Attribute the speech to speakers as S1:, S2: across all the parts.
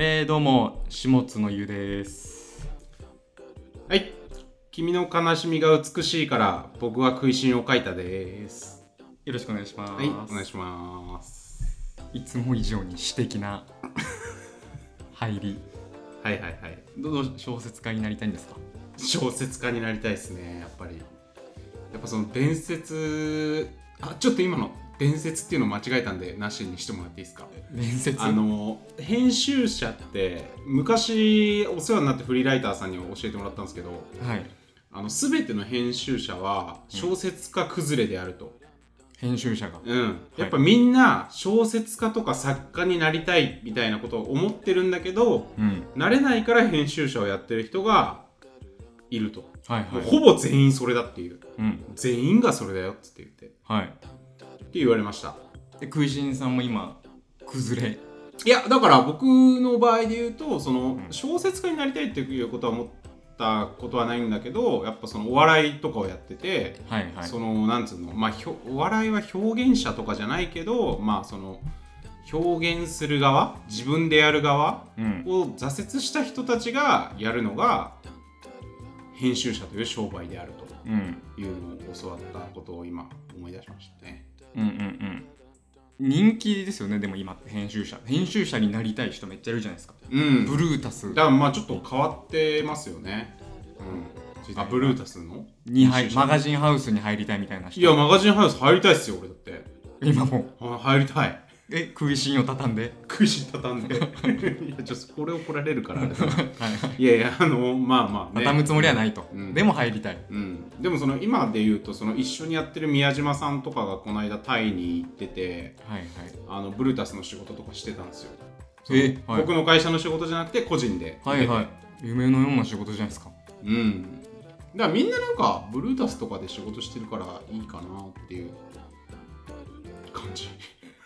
S1: えー、どうも、下津のゆうです。
S2: はい。君の悲しみが美しいから、僕は食いしんを書いたです。
S1: よろしくお願いします。
S2: はい、お願いします。
S1: いつも以上に私的な 入り
S2: はいはいはい。
S1: どどう小説家になりたいんですか
S2: 小説家になりたいですね、やっぱり。やっぱその伝説、あ、ちょっと今の伝説っていうの間違えたんで、なしにしてもらっていいですか。
S1: 面接
S2: あの編集者って昔お世話になってフリーライターさんに教えてもらったんですけど
S1: はい
S2: あの全ての編集者は小説家崩れであると、
S1: 編集者が
S2: うん、やっぱみんな小説家とか作家になりたいみたいなことを思ってるんだけど
S1: うん
S2: なれないから編集者をやってる人がいると、
S1: はいは
S2: もう
S1: い
S2: ほぼ全員それだっていう
S1: うん
S2: 全員がそれだよっつって言ってって
S1: はい
S2: 言われました
S1: で食いしんさんも今崩れ
S2: いやだから僕の場合で言うとその
S1: ん
S2: 小説家になりたいっていうことは思ったことはないんだけどやっぱそのお笑いとかをやってて
S1: はいはい
S2: そのなんつうのまあひょお笑いは表現者とかじゃないけどまあその表現する側自分でやる側
S1: うん
S2: を挫折した人たちがやるのが編集者という商売である
S1: うんうん
S2: というのを教わったことを今思い出しましたね
S1: うんうん人気ですよねでも今って編集者編集者になりたい人めっちゃいるじゃないですか
S2: うん
S1: ブルータス
S2: だからまあちょっと変わってますよねうんあブルータスの
S1: に入
S2: 編集者
S1: マガジンハウスに入りたいみたいない
S2: や
S1: 人
S2: マガジンハウス入りたいっすよ俺だって
S1: 今もう
S2: あ入りたい
S1: え食いしんを畳んで
S2: 食いしん畳んで いやちょっとこれ怒られるからあれだ な
S1: はいはい
S2: いやいやあのまあまあ、ね、
S1: 畳むつもりはないと、
S2: うん
S1: でも入りたい
S2: うん、でもその今で言うとその一緒にやってる宮島さんとかがこの間タイに行ってて
S1: はいはい
S2: あのブルータスの仕事とかしてたんですよ
S1: えはい
S2: 僕の会社の仕事じゃなくて個人で
S1: はいはい夢のような仕事じゃないですか
S2: うんだからみんななんかブルータスとかで仕事してるからいいかなっていう感じ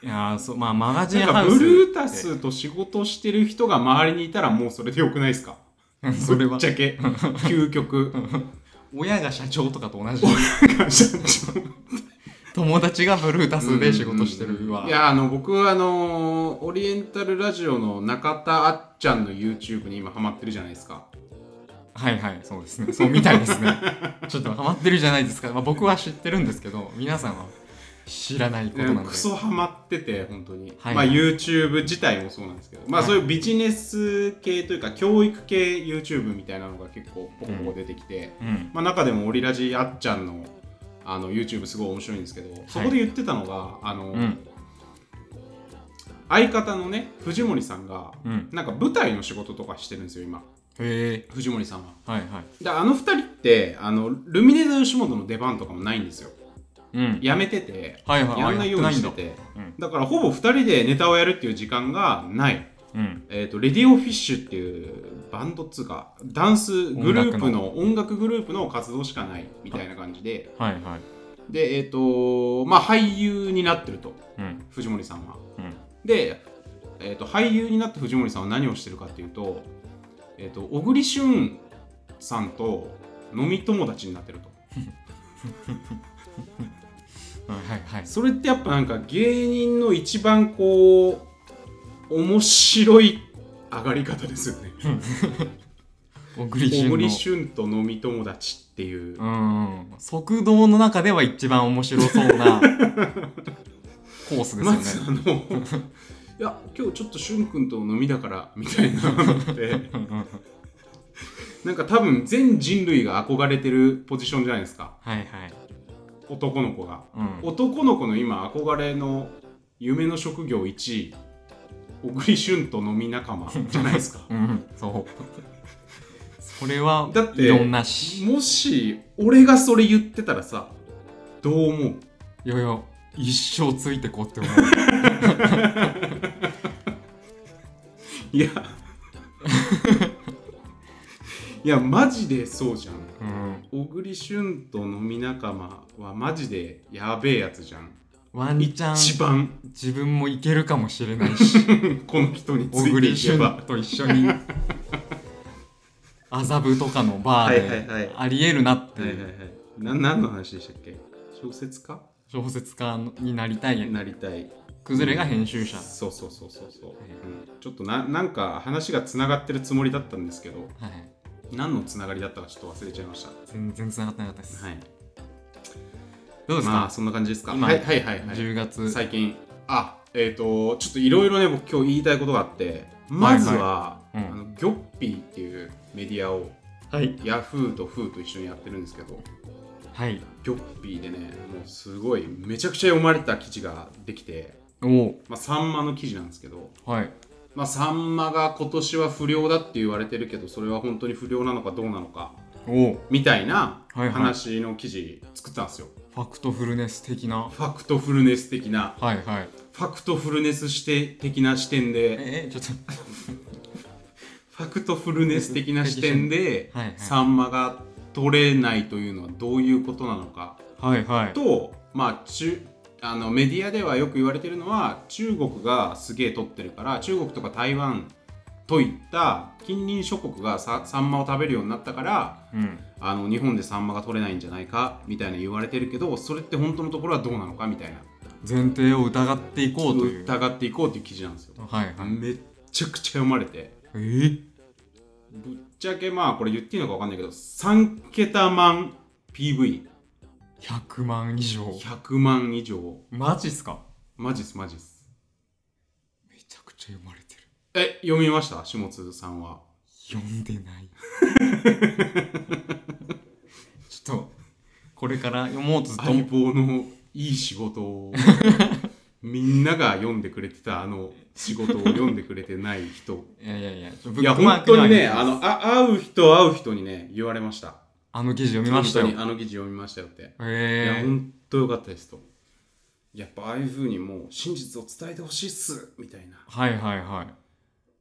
S1: いやーそうまあマガジン
S2: な
S1: ハ
S2: ん
S1: ウ
S2: か
S1: ス
S2: ブルータスと仕事してる人が周りにいたらもうそれでよくないですか
S1: って それ
S2: ぶ
S1: は
S2: っちゃけ 究極
S1: 親が社長とかと同 じ
S2: 感謝
S1: 友達がブルータスで仕事してるわ
S2: いやあの僕あのーオリエンタルラジオの中田あっちゃんの YouTube に今ハマってるじゃないですか
S1: はいはいそうですねそうみたいです ねちょっとハマってるじゃないですか、まあ、僕は知ってるんですけど皆さんは知らないことなので
S2: クソハマってて本当に、
S1: はい
S2: まあ YouTube 自体もそうなんですけどまあ
S1: はい
S2: そういうビジネス系というか教育系 YouTube みたいなのが結構ポコポコ出てきて、
S1: うん
S2: まあ中でもオリラジあっちゃんのあの YouTube すごい面白いんですけど、そこで言ってたのがあの、
S1: うん
S2: 相方のね藤森さんが
S1: うん
S2: なんか舞台の仕事とかしてるんですよ今
S1: へえ
S2: 藤森さんは
S1: はいはい
S2: であの二人ってあのルミネータ吉本の出番とかもないんですよ
S1: うん
S2: やめてて
S1: はいはい
S2: や
S1: はい
S2: んないようにしてて
S1: うん
S2: だからほぼ二人でネタをやるっていう時間がない、
S1: うん
S2: えー、とレディオフィッシュっていうバンドっつうかダンスグループの音楽グループの活動しかないみたいな感じで
S1: はいはい
S2: でえっ、とまあ俳優になってると
S1: うん
S2: 藤森さんは
S1: うん
S2: で、えー、と俳優になった藤森さんは何をしてるかっていうと,、えー、と小栗旬さんと飲み友達になってると
S1: はいはいはい
S2: それってやっぱなんか芸人の一番こう面白い上がり方ですよね
S1: 小栗旬
S2: 小
S1: の
S2: 栗旬と飲み友達っていう、
S1: うん速道の中では一番面白そうなコースで
S2: ますず
S1: よね。
S2: あのいや今日ちょっと俊君と飲みだからみたいなのって
S1: うんうん
S2: なんか多分全人類が憧れてるポジションじゃないですか
S1: はいはい。
S2: 男の子が
S1: うん、
S2: 男の子の今憧れの夢の職業1位小栗旬と飲み仲間じゃないですか
S1: うん、そう。それは
S2: だって
S1: いろんなし。
S2: もし俺がそれ言ってたらさどう思う
S1: いやいや、一生ついてこうって思う。
S2: い やいやマジでそうじゃん
S1: うん、
S2: 小栗旬と飲み仲間はマジでやべえやつじゃん
S1: ワンチャ
S2: 一
S1: ン
S2: 番
S1: 自分もいけるかもしれないし、
S2: この人につ
S1: 小
S2: いて
S1: 栗
S2: いけ
S1: 旬
S2: ば
S1: と一緒に麻布とかのバー
S2: はいはい
S1: で
S2: はい
S1: ありえるなって
S2: はいはい
S1: い
S2: は
S1: う
S2: いな何の話でしたっけ小説家
S1: 小説家になりたい
S2: なりたい
S1: 崩れが編集者、
S2: そうそうそうそうそう、
S1: い
S2: うんちょっとななんか話がつながってるつもりだったんですけど
S1: はい
S2: 何のつながりだったかちょっと忘れちゃいました
S1: 全然繋がってなかったです、
S2: はい
S1: どうですか、
S2: まあそんな感じですか
S1: 今
S2: はいはいはい、はい、
S1: 10月
S2: 最近あえっ、とちょっといろいろね僕今日言いたいことがあってまずは、
S1: はいはいうん
S2: あのギョッピーっていうメディアを
S1: はい
S2: ヤフーとフーと一緒にやってるんですけど
S1: はい
S2: ギョッピーでねもうすごいめちゃくちゃ読まれた記事ができて、
S1: おお
S2: まあ、サンマの記事なんですけど、
S1: はい
S2: まあ、サンマが今年は不良だって言われてるけどそれは本当に不良なのかどうなのか
S1: おお
S2: みたいな
S1: はいはい
S2: 話の記事作ったんですよ、
S1: ファクトフルネス的な
S2: ファクトフルネス的な
S1: はいはい
S2: ファクトフルネスして的な視点で
S1: ええちょっと
S2: ファクトフルネス的な視点で、
S1: はいはい
S2: サンマが取れないというのはどういうことなのか
S1: はいはい
S2: と、まあ、中あのメディアではよく言われてるのは中国がすげえ取ってるから中国とか台湾といった近隣諸国がササンマを食べるようになったから
S1: うん
S2: あの日本でサンマが取れないんじゃないかみたいな言われてるけどそれって本当のところはどうなのかみたいな
S1: 前提を疑っていこうという
S2: 疑っていこうという記事なんですよ。
S1: はいはい
S2: めっちゃくちゃ読まれて
S1: えー、
S2: ぶっちゃけまあこれ言っていいのか分かんないけど3桁万 PV100
S1: 100万以上
S2: 万以上
S1: マジっすか
S2: マジっすマジっす
S1: めちゃくちゃ読まれてる
S2: え読みました下津さんは
S1: 読んでない ちょっとこれから読もうとずっと
S2: 相
S1: 思
S2: 棒のいい仕事 をみんなが読んでくれてたあの仕事を読んでくれてない人
S1: いやいやいやちょブ
S2: いや
S1: ックマー
S2: 本
S1: ク
S2: 当にね
S1: には入れて
S2: あ
S1: ま
S2: の
S1: す
S2: あ会う人会う人にね言われました
S1: あの記事読みましたよ
S2: 本当にあの記事読みましたよっていや
S1: えー、
S2: 本当よかったですとやっぱああいうふうにもう真実を伝えてほしいっすみたいな
S1: はいはいはい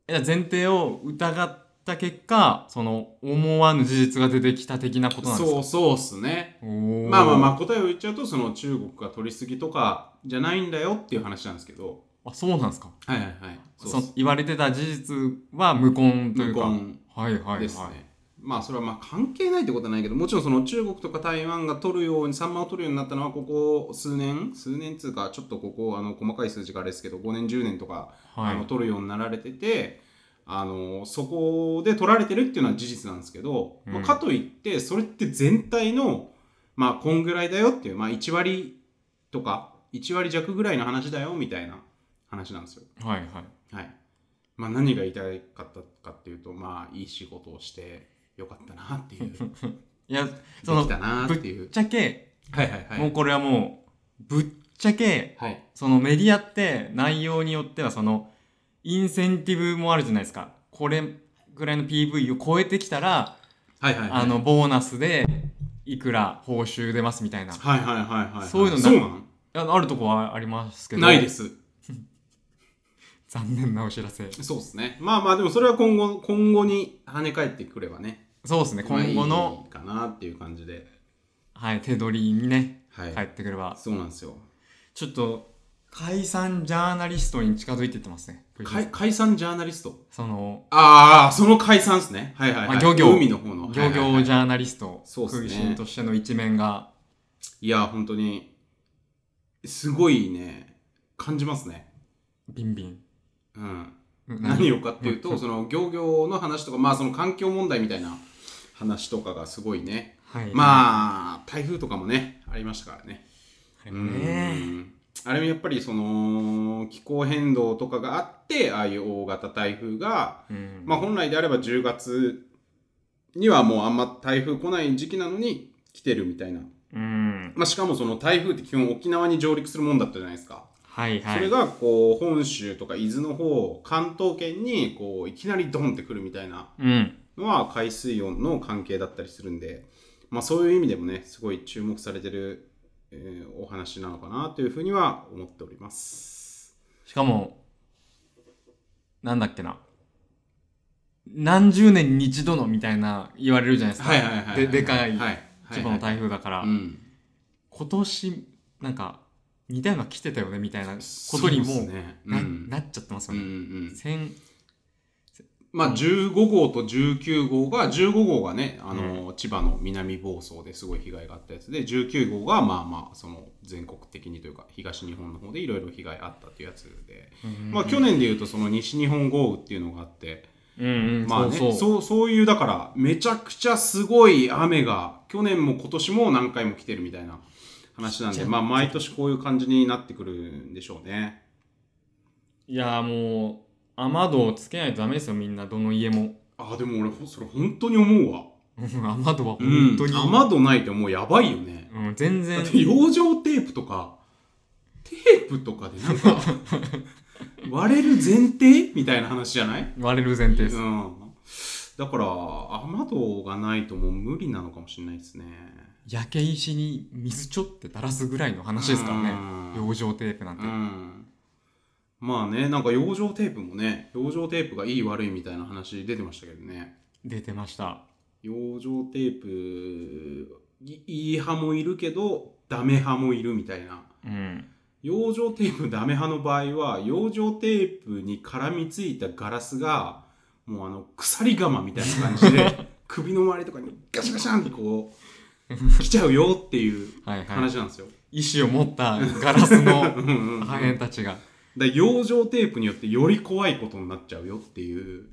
S1: え前提を疑った結果その思わぬ事実が出てきた的なことなんですか
S2: そうそうっすね
S1: おー
S2: まあまあまあ答えを言っちゃうとその中国が取りすぎとかじゃないんだよっていう話なんですけど
S1: あそうなんですか
S2: はいはいはい
S1: そ
S2: そうっす
S1: 言われてた事実は無根というか
S2: 無根
S1: はいはいはい
S2: ですねまあそれはまあ関係ないってことはないけどもちろんその中国とか台湾が取るようにサンマを取るようになったのはここ数年数年っつうかちょっとここあの細かい数字があれですけど5年10年とか、
S1: はい
S2: あの取るようになられててあのそこで取られてるっていうのは事実なんですけど、
S1: うん
S2: まあ、かといってそれって全体のまあこんぐらいだよっていう、まあ、1割とか1割弱ぐらいの話だよみたいな話なんですよ。
S1: はいはい
S2: はい。まあ何が言いたかったかっていうと、まあいい仕事をしてよかったなっていう、で
S1: いや その
S2: きたなってい
S1: ぶっ
S2: う。
S1: ちゃけ、
S2: はいはいは
S1: もう
S2: い。
S1: これはもうぶっちゃけ
S2: はい。
S1: そのメディアって内容によってはそのインセンティブもあるじゃないですかこれぐらいの PV を超えてきたら、
S2: はいはいはい。
S1: あのボーナスでいくら報酬出ますみたいな
S2: はいはいはいはい。
S1: そういうのな
S2: そうなん
S1: あのあるとこはありますけど
S2: ないです。
S1: 残念なお知らせ
S2: そうですね。まあまあでもそれは今後、今後に跳ね返ってくればね。
S1: そうですね今後
S2: ま
S1: の、
S2: あいいかなっていう感じで。
S1: はい、手取りにね
S2: はい。
S1: 返ってくれば、
S2: そうなんですよ。
S1: ちょっと解散ジャーナリストに近づいてってますね
S2: 解解散ジャーナリスト。
S1: その
S2: ああ、その解散ですね。はいはいはい。
S1: まあ漁業
S2: 海の方の。はい
S1: 漁
S2: はいはい
S1: 業ジャーナリスト
S2: そうっすね
S1: 空心としての一面が
S2: いや、本当に、すごいね、感じますね。
S1: ビンビン
S2: うん。
S1: うん
S2: 何をかっていうと、
S1: ん
S2: その漁業の話とか、まあその環境問題みたいな話とかがすごいね。
S1: はい、あ
S2: まあ、台風とかもね、ありましたからね。
S1: れもね
S2: うんあれもやっぱりその気候変動とかがあって、ああいう大型台風が、
S1: うん
S2: まあ本来であれば10月にはもうあんま台風来ない時期なのに来てるみたいな。
S1: うん
S2: まあしかもその台風って基本沖縄に上陸するもんだったじゃないですか。
S1: はいはい
S2: それがこう本州とか伊豆の方関東圏にこういきなりドンってくるみたいな
S1: うん
S2: のは海水温の関係だったりするんで、まあ、そういう意味でもねすごい注目されてる、えーお話なのかなというふうには思っております
S1: しかもなんだっけな何十年に一度のみたいな言われるじゃないですか、
S2: はいはいはいはい
S1: ででかい
S2: はい
S1: 規模の台風だから、
S2: はいうん
S1: 今年なんか似たようなの来てたよねみたいなこ
S2: そう
S1: とに
S2: っす
S1: もう
S2: ねう
S1: な,、
S2: ん
S1: なっちゃってます
S2: う
S1: よ
S2: んう
S1: ね、
S2: ん
S1: 千
S2: まあ、15号と19号が、15号がね、あの、千葉の南房総ですごい被害があったやつで、19号が、まあまあ、その、全国的にというか、東日本の方でいろいろ被害あったというやつで、まあ、去年で言うと、その、西日本豪雨っていうのがあって、
S1: うんうん、
S2: まあね、
S1: そ
S2: そうう
S1: そう
S2: そういう、だから、めちゃくちゃすごい雨が、去年も今年も何回も来てるみたいな話なんで、まあ、毎年こういう感じになってくるんでしょうね。
S1: いやーもう雨戸をつけないとダメですよみんなどの家も
S2: あ、でも俺、ほそれ本当に思うわ。
S1: 雨戸は本
S2: うん、
S1: 当に、
S2: 雨戸ないってもうやばいよね。
S1: うん、全然
S2: だって養生テープとかテープとかでな んか割れる前提みたいな話じゃない、
S1: 割れる前提
S2: う
S1: です、
S2: ん、だから雨戸がないともう無理なのかもしれないですね
S1: 焼け石に水ちょって垂らすぐらいの話ですからね
S2: うん
S1: 養生テープなんて、
S2: うんまあねなんか養生テープもね養生テープがいい悪いみたいな話出てましたけどね
S1: 出てました
S2: 養生テープいいい派もいるけどダメ派もいるみたいな
S1: うん
S2: 養生テープダメ派の場合は養生テープに絡みついたガラスがもうあの鎖釜みたいな感じ で首の周りとかにガシャガシャンってこう来ちゃうよっていう
S1: はいは
S2: 話なんですよ。
S1: い意思を持ったガラスの
S2: うんうんうん
S1: 破片たちが
S2: だから養生テープによってより怖いことになっちゃうよっていう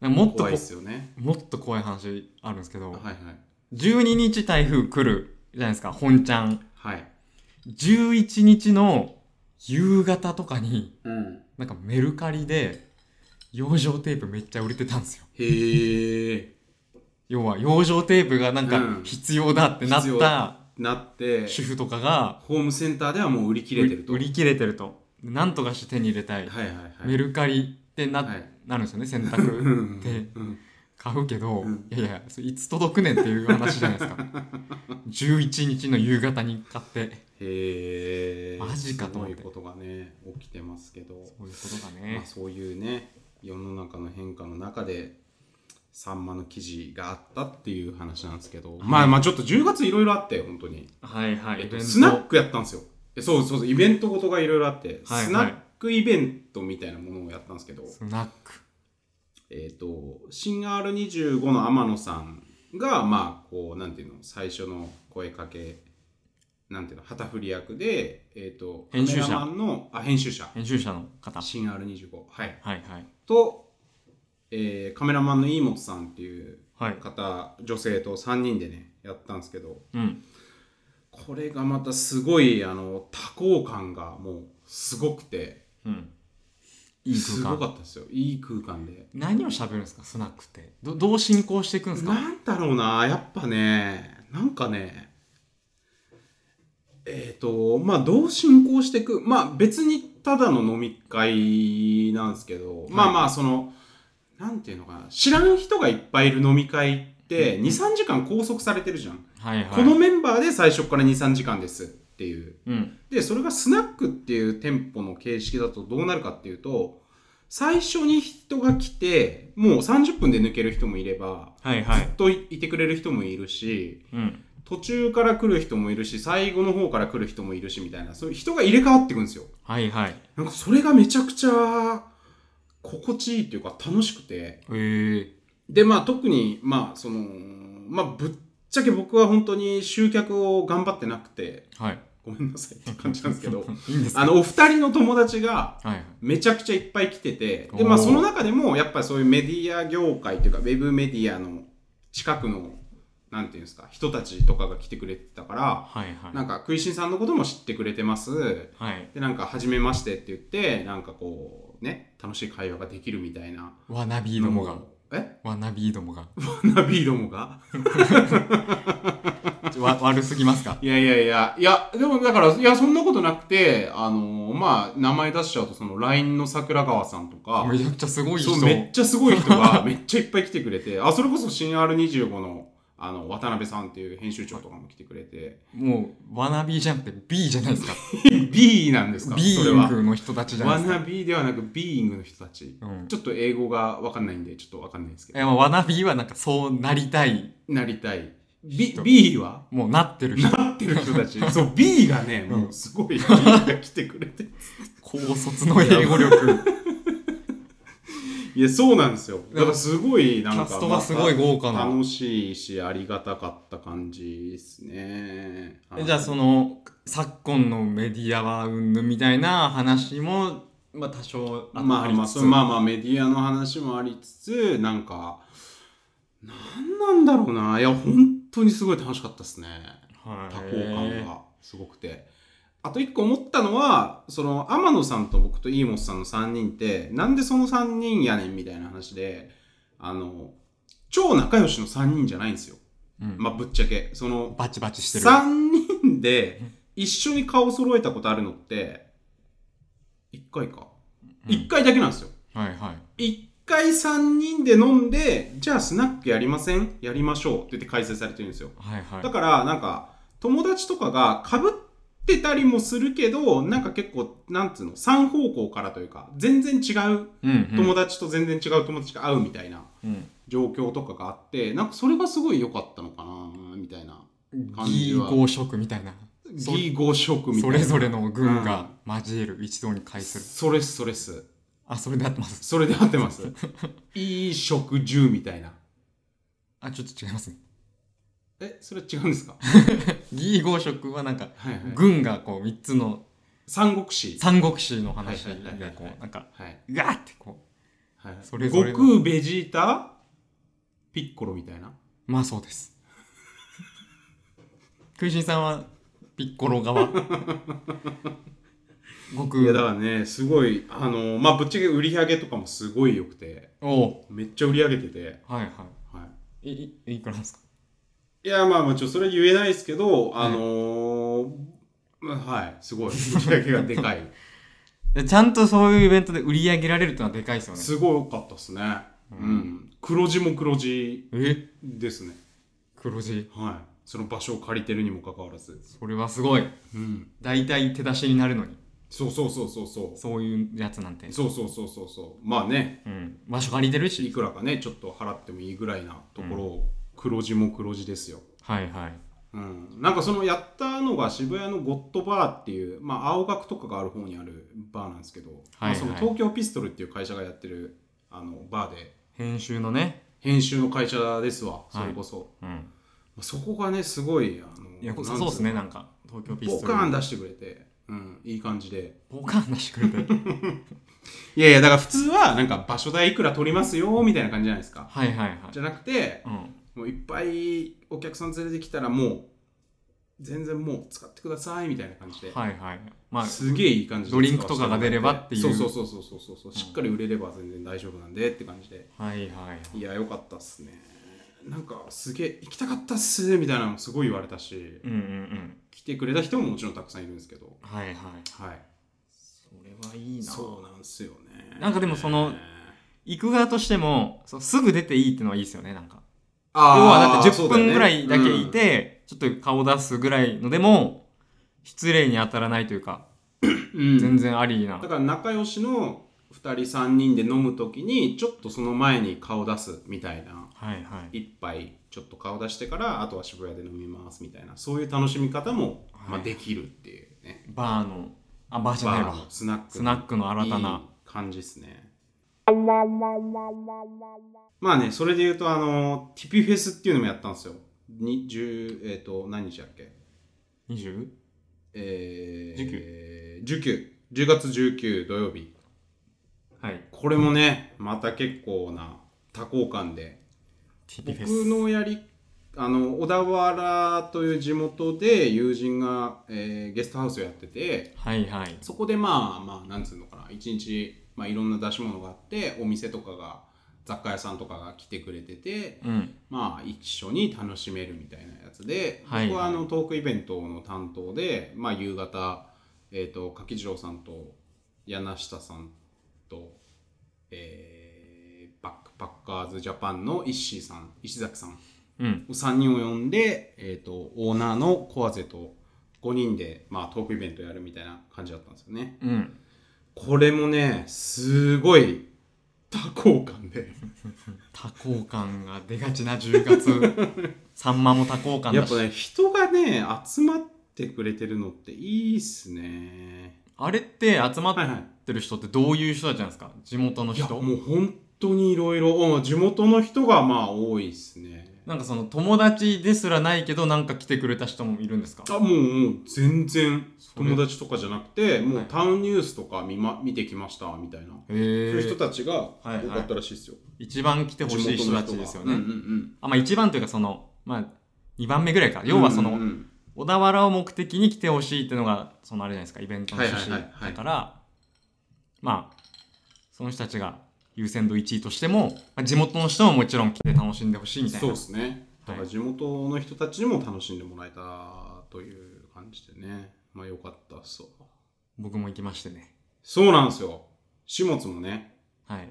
S1: もっと
S2: 怖
S1: こ
S2: いですよね。
S1: もっと怖い話あるんですけど、
S2: はいはい
S1: 12日台風来るじゃないですか本ちゃん
S2: はい。
S1: 11日の夕方とかに
S2: うん、
S1: なんかメルカリで養生テープめっちゃ売れてたんですよ
S2: へえ
S1: 要は養生テープがなん
S2: う
S1: か
S2: ん
S1: 必要だってなっ
S2: 必
S1: た
S2: なって
S1: 主婦とかが
S2: ホームセンターではもう売り切れてると。
S1: 売り切れてるとなんとかして手に入れたい、
S2: はいはいはい。
S1: メルカリってな,、
S2: はい
S1: なるんですよね選
S2: うん
S1: 択
S2: うん
S1: で
S2: うん
S1: 買うけど、
S2: うん
S1: いやいやそれいつ届くねんっていう話じゃないですか11日の夕方に買って
S2: へえ
S1: マジかと思って
S2: すごいことがね起きてますけど、
S1: そういうことだ
S2: ま
S1: ね
S2: あ、そういうね世の中の変化の中でサンマの記事があったっていう話なんですけど、まあまあちょっと10月いろいろあって本当に、
S1: はいはい
S2: えっ
S1: イベ
S2: と、
S1: ント
S2: スナックやったんですよえそうそうそうイベントごとがいろいろあって、
S1: はいはい
S2: スナックイベントみたいなものをやったんですけど、
S1: スナック
S2: えっと新 R25 の天野さんがまあこうなんていうの最初の声かけなんていうの旗振り役で、えっと
S1: 編集者
S2: カメラマンのあ編集者
S1: 編集者の方は
S2: 新 R25 はい
S1: いはい
S2: と、えーカメラマンの飯本さんっていう
S1: はい
S2: 方女性と3人でねやったんですけど
S1: うん
S2: これがまたすごいあの多幸感がもうすごくて
S1: うんいい
S2: す
S1: 空
S2: ごか
S1: 間
S2: ったですよいい空間で
S1: 何を喋るんですかスナックってどどう進行していくんですか
S2: なんだろうな、やっぱね、なんかね、えっ、と、まあ、どう進行していく、まあ、別にただの飲み会なんですけど、まあまあ、その、なんていうのかな、知らん人がいっぱいいる飲み会って、2、3時間拘束されてるじゃん。
S1: はいはい
S2: このメンバーで最初から2、3時間ですっていう。
S1: うん
S2: で、それがスナックっていう店舗の形式だとどうなるかっていうと、最初に人が来て、もう30分で抜ける人もいれば、
S1: はいは
S2: ず
S1: い
S2: っといてくれる人もいるし
S1: うん
S2: 途中から来る人もいるし最後の方から来る人もいるしみたいなそういう人が入れ替わっていくんですよ
S1: はいはい
S2: なんかそれがめちゃくちゃ心地いいっていうか楽しくて
S1: えー、
S2: でまあ特にまあそのまあぶっちゃけ僕は本当に集客を頑張ってなくて
S1: はい
S2: ごめんなさいって感じなんですけ ど
S1: いいんです
S2: あ
S1: か
S2: のお二人の友達が
S1: はいはい
S2: めちゃくちゃいっぱい来ててで、まあ、
S1: おー
S2: その中でもやっぱりそういうメディア業界というかウェブメディアの近くのなんていうんですか人たちとかが来てくれてたから
S1: はいはい
S2: なんか食いしんさんのことも知ってくれてます
S1: はい
S2: でなんか初めましてって言ってなんかこうね楽しい会話ができるみたいな
S1: わなびどもが
S2: え
S1: わなびどもが
S2: ナビーどもが
S1: ちょわ悪すぎますか
S2: いやいやいやいやでもだからいやそんなことなくてあのまあ名前出しちゃうとその LINE の桜川さんとか
S1: めちゃくちゃすごい人
S2: そうめっちゃすごい 人がめっちゃいっぱい来てくれてあそれこそ新 R25 のあの渡辺さんっていう編集長とかも来てくれて
S1: もうわなびじゃなくて B じゃないですか
S2: B なんですか
S1: ビ
S2: それ
S1: ーイン
S2: は
S1: グの人たちじゃな
S2: ワ
S1: いですか
S2: ナビーではなくビーイングの人たち、
S1: うん
S2: ちょっと英語がわかんないんでちょっとわかんないですけ
S1: い
S2: ど
S1: やまあわなびはなんかそうなりたい
S2: なりたい B,
S1: 人
S2: B は
S1: もうなってる人
S2: なってる人たち そう B がね
S1: うん
S2: もうすごい B が来てくれて
S1: 高卒の英語力
S2: いやそうなんですよだからすごいなんか
S1: キャストがすごい豪華な
S2: また楽しいしありがたかった感じですね
S1: えじゃあその昨今のメディアはうんぬんみたいな話も、まあ、多少
S2: まあまあ
S1: り
S2: まあ
S1: つ
S2: そ
S1: つ
S2: うまあまあメディアの話もありつつなんかなんなんだろうないや本当にすごい楽しかったですね
S1: はい
S2: 多幸感がすごくてあと一個思ったのはその天野さんと僕とイーモスさんの3人ってなんでその3人やねんみたいな話であの超仲良しの3人じゃないんですよ
S1: うん
S2: まあぶっちゃけその
S1: バチバチしてる
S2: 3人で一緒に顔揃えたことあるのって1回か
S1: うん
S2: 1回だけなんですよ
S1: はいはい
S2: 一回3人で飲んでじゃあスナックやりませんやりましょうって言って開催されてるんですよ
S1: はいはい
S2: だからなんか友達とかがかぶってたりもするけどなんか結構なんつうの3方向からというか全然違う
S1: うんうん
S2: 友達と全然違う友達が会うみたいな
S1: うん
S2: 状況とかがあってなんかそれがすごい良かったのかなみたいな感
S1: ギ
S2: じは
S1: ー合色みたいなそ
S2: 義合色みたい
S1: そ
S2: な
S1: れぞれの軍が交える、一堂に会する
S2: それっすそれっす
S1: あそれで合ってます
S2: それで合ってます いい食住みたいな
S1: あちょっと違いますね
S2: えそれ違うんですか
S1: ギー合色はなんか
S2: はいはい
S1: 軍がこう3つの
S2: 三国志
S1: 三国志の話で
S2: はいはいはい
S1: こ
S2: はいう
S1: なんか
S2: はい、
S1: ガーってこ
S2: はい、
S1: それぞれの
S2: 悟空ベジータピッコロみたいな
S1: うまあそう です食いしんさんはピッコロ 側悟
S2: いやだ
S1: 空
S2: からねすごいあのまあぶっちゃけ売り上げとかもすごい良くて
S1: おう
S2: めっちゃ売り上げてて、
S1: はいは
S2: はい
S1: いいいくらなんですか
S2: い、いやまあまあちょっとそれは言えないですけどあのーまあはいすごい売り上げがでかい
S1: でちゃんとそういうイベントで売り上げられるってのはでかいですよね
S2: すごかったですねうん、黒字も黒字
S1: え
S2: ですね
S1: 黒字
S2: はいその場所を借りてるにもかかわらず
S1: それはすごい
S2: うん
S1: 大体手出しになるのに
S2: そうそうそうそうそう
S1: そういうやつなんて
S2: そうそうそうそうそうまあね
S1: うん場所借りてる
S2: い
S1: し
S2: くらかねちょっと払ってもいいぐらいなところを黒字も黒字ですよ、
S1: はいはい
S2: うん、なんかそのやったのが渋谷のゴッドバーっていう、まあ、青学とかがある方にあるバーなんですけど、
S1: はいはい
S2: まあ、その東京ピストルっていう会社がやってるあのバーで
S1: 編集のね
S2: 編集の会社ですわそれこそ、
S1: うん
S2: まあそこがねすごいあの
S1: いや
S2: なんつ
S1: そうですねなんか東京ピ
S2: ポ
S1: ストル
S2: カーン出してくれて、うん、いい感じで
S1: ポカーン出してくれて
S2: いやいやだから普通はなんか場所代いくら取りますよみたいな感じじゃないですか
S1: はいはいはい
S2: じゃなくて
S1: うん
S2: もういっぱいお客さん連れてきたらもう全然もう使ってくださいみたいな感じで、
S1: はいはいまあ
S2: すげえいい感じで
S1: ドリンクとかが出ればっていう
S2: そうそうそうそうそうそうそうしっかり売れれば全然大丈夫なんでって感じで
S1: はいはい
S2: いやよかったっすねなんかすげえ行きたかったっすみたいなのもすごい言われたし、
S1: うんうんうん
S2: 来てくれた人ももちろんたくさんいるんですけど
S1: はいはい
S2: はい
S1: それはいいな
S2: そうなんすよね
S1: なんかでもその行く側としてもそうすぐ出ていいってのはいいですよねなんか
S2: あー
S1: 要はだって
S2: そ
S1: 10
S2: うよ
S1: 分
S2: ね
S1: ぐらいだけいて、ちょっと顔出すぐらいのでも失礼に当たらないというか、
S2: うんうん
S1: 全然ありな
S2: だから仲良しの2人3人で飲む時にちょっとその前に顔出すみたいな
S1: はいはい
S2: 一杯ちょっと顔出してからあとは渋谷で飲みますみたいなそういう楽しみ方も、
S1: はい
S2: まあ、できるっていうね
S1: バーのあバーじゃない
S2: バー
S1: わ
S2: のスナック
S1: スナックの新たない
S2: い感じですねまあねそれで言うとあのティピフェスっていうのもやったんですよに10えっ、と何日だっけ
S1: 20?
S2: えー、19 10月19土曜日
S1: はい
S2: これもねまた結構な多幸感で
S1: ティピ
S2: 僕
S1: フェス
S2: のやりあの小田原という地元で友人が、えーゲストハウスをやってて
S1: はいはい
S2: そこでまあまあなんつうのかな一日、まあ、いろんな出し物があってお店とかが雑貨屋さんとかが来てくれてて
S1: うん
S2: まあ一緒に楽しめるみたいなやつで、
S1: はい
S2: 僕はあのトークイベントの担当で、まあ、夕方、えー、と柿次郎さんと柳下さんと、えーバックパッカーズジャパンの石井さん石崎さん
S1: うん
S2: 3人を呼んで、えー、とオーナーのコアゼと5人で、まあ、トークイベントやるみたいな感じだったんですよね。
S1: うん
S2: これもねすごい多幸感で。
S1: 多幸感が出がちな10月 サンマも多幸感
S2: や
S1: だ
S2: っ
S1: し、
S2: ぱね人がね集まってくれてるのっていいっすね
S1: あれって集ま
S2: はいは
S1: っ
S2: い
S1: てる人ってどういう人たちなんですか地元の
S2: いや
S1: 人
S2: もう本当にいろいろうん地元の人がまあ多いですね
S1: なんかその友達ですらないけどなんか来てくれた人もいるんですか
S2: あもうもう全然
S1: それ
S2: 友達とかじゃなくても
S1: は
S2: う
S1: い
S2: タウンニュースとか見,、ま、見てきましたみたいな、
S1: へ
S2: そういう人
S1: ー
S2: たちが多
S1: はいはい
S2: かったらしいですよ、
S1: 一番来てほしい人たちですよね、
S2: 地元の人がうんうん
S1: あまあ一番というかそのまあ2番目ぐらいか
S2: うん、
S1: 要はそ
S2: うんう
S1: の
S2: ん
S1: 小田原を目的に来てほしいっていうのがそのあれじゃないですかイベントの趣旨
S2: はいはいはいは
S1: だ
S2: い
S1: からまあその人たちが優先度1位としても、まあ、地元の人ももちろん来て楽しんでほしいみたいな
S2: そうですねだ
S1: は
S2: から
S1: い
S2: 地元の人たちにも楽しんでもらえたという感じでねまあよかったっすわ
S1: 僕も行きましてね
S2: そうなんですよ始末もね
S1: はい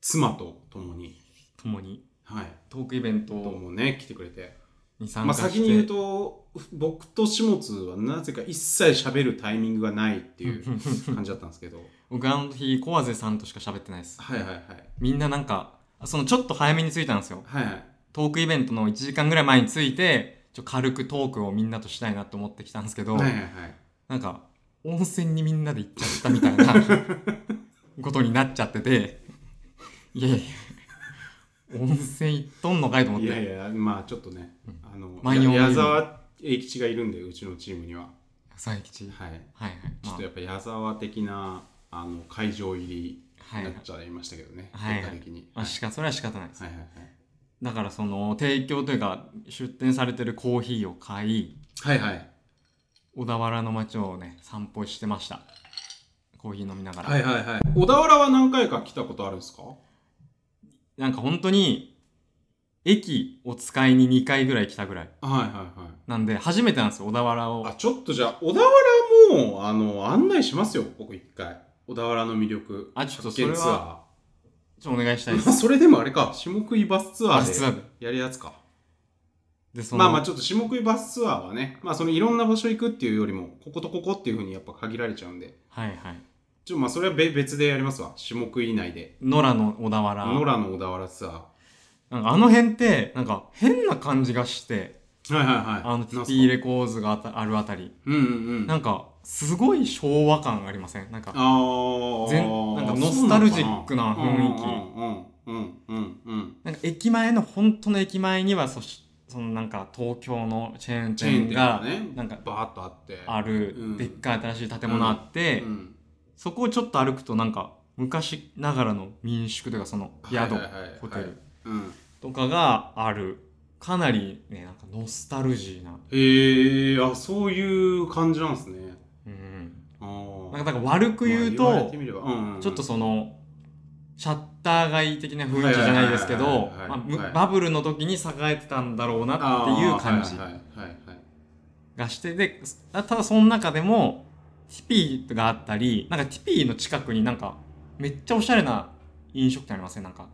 S2: 妻と共に
S1: 共に
S2: はい
S1: トークイベント
S2: どうもね来てくれて
S1: に参
S2: ま
S1: 加
S2: あ、
S1: して、
S2: 先に言うと僕と始末はなぜか一切喋るタイミングがないっ ていう感じだったんですけど
S1: 僕あの日小畔さんとしか喋ってないです
S2: はいはいはい
S1: みんななんかそのちょっと早めに着いたんですよ
S2: はいはい
S1: トークイベントの1時間ぐらい前に着いてちょ軽くトークをみんなとしたいなと思ってきたんですけど、
S2: はいはいはい
S1: なんか温泉にみんなで行っちゃったみたい なことになっちゃってていやいやいや温泉行っとんのかいと思っ
S2: い
S1: て
S2: やいやまあちょっとね、あの
S1: 万葉の
S2: や矢沢永吉がいるんでうちのチームには
S1: 佐伯吉
S2: はい
S1: はいはい、
S2: ちょ
S1: ま
S2: っとやっぱ矢沢的なあの会場入り
S1: あ、は
S2: に
S1: い
S2: な
S1: はい
S2: っちゃいましたけどね、
S1: はいはい
S2: 結果的に、
S1: まあ、しかそれは仕方ないです、
S2: はいはい
S1: だからその提供というか出店されてるコーヒーを買い
S2: はいはいはい
S1: 小田原の街をね散歩してましたコーヒー飲みながら、
S2: はいはいはい小田原は何回か来たことあるんですか
S1: なんか本当に駅を使いに2回ぐらい来たぐらい
S2: はいはいはい
S1: なんで初めてなんですよ小田原を
S2: あちょっとじゃあ小田原もあの案内しますよ僕一回小田原の魅力
S1: あちょっと
S2: 発見
S1: それはち
S2: ツア
S1: ょっとお願いしたい
S2: ー
S1: です
S2: ま あそれでもあれか下食いバスツア
S1: バスツアーで
S2: ーでやるやつか
S1: でその
S2: まあまあちょっと下食いバスツアーはねまあそのいろんな場所行くっていうよりもこことここっていうふうにやっぱ限られちゃうんで
S1: はいはい
S2: ちょっとまあそれはべ別でやりますわ下食い内で
S1: 野良の小田原
S2: 野良の小田原ツアー
S1: なんかあの辺ってなんか変な感じがして
S2: はいはいはい
S1: あの
S2: なんすか
S1: TT レコーズがあたあるあたり
S2: うんうんうん
S1: なんかすごい昭和感ありませんなんか
S2: ああ
S1: 全なんかノスタルジックな雰囲気
S2: うんうんうんうんうん
S1: なんか駅前の本当の駅前にはそしそのなんか東京のチェーン
S2: チェーン
S1: 店
S2: 店
S1: が
S2: がね
S1: なんか
S2: バーッとあって
S1: ある
S2: うん
S1: でっかい新しい建物あって、
S2: うん
S1: そこをちょっと歩くとなんか昔ながらの民宿というかその宿、
S2: はいはいはいはい
S1: ホテル
S2: うん、
S1: とかがあるかなりねなんかノスタルジーな、
S2: へえあそういう感じなんですね
S1: うん、
S2: あ
S1: なんか
S2: ー
S1: なんか悪く言うと、
S2: まあ言われてみればうんうん
S1: ちょっとそのシャッター街的な雰囲気じゃないですけど
S2: はいはいはいはい
S1: まあむ
S2: はい
S1: バブルの時に栄えてたんだろうなっていう感じ
S2: あーはいはいはいはい
S1: がしてでただその中でもティピーがあったりなんかティピーの近くになんかめっちゃおしゃれな飲食店ありませんなんか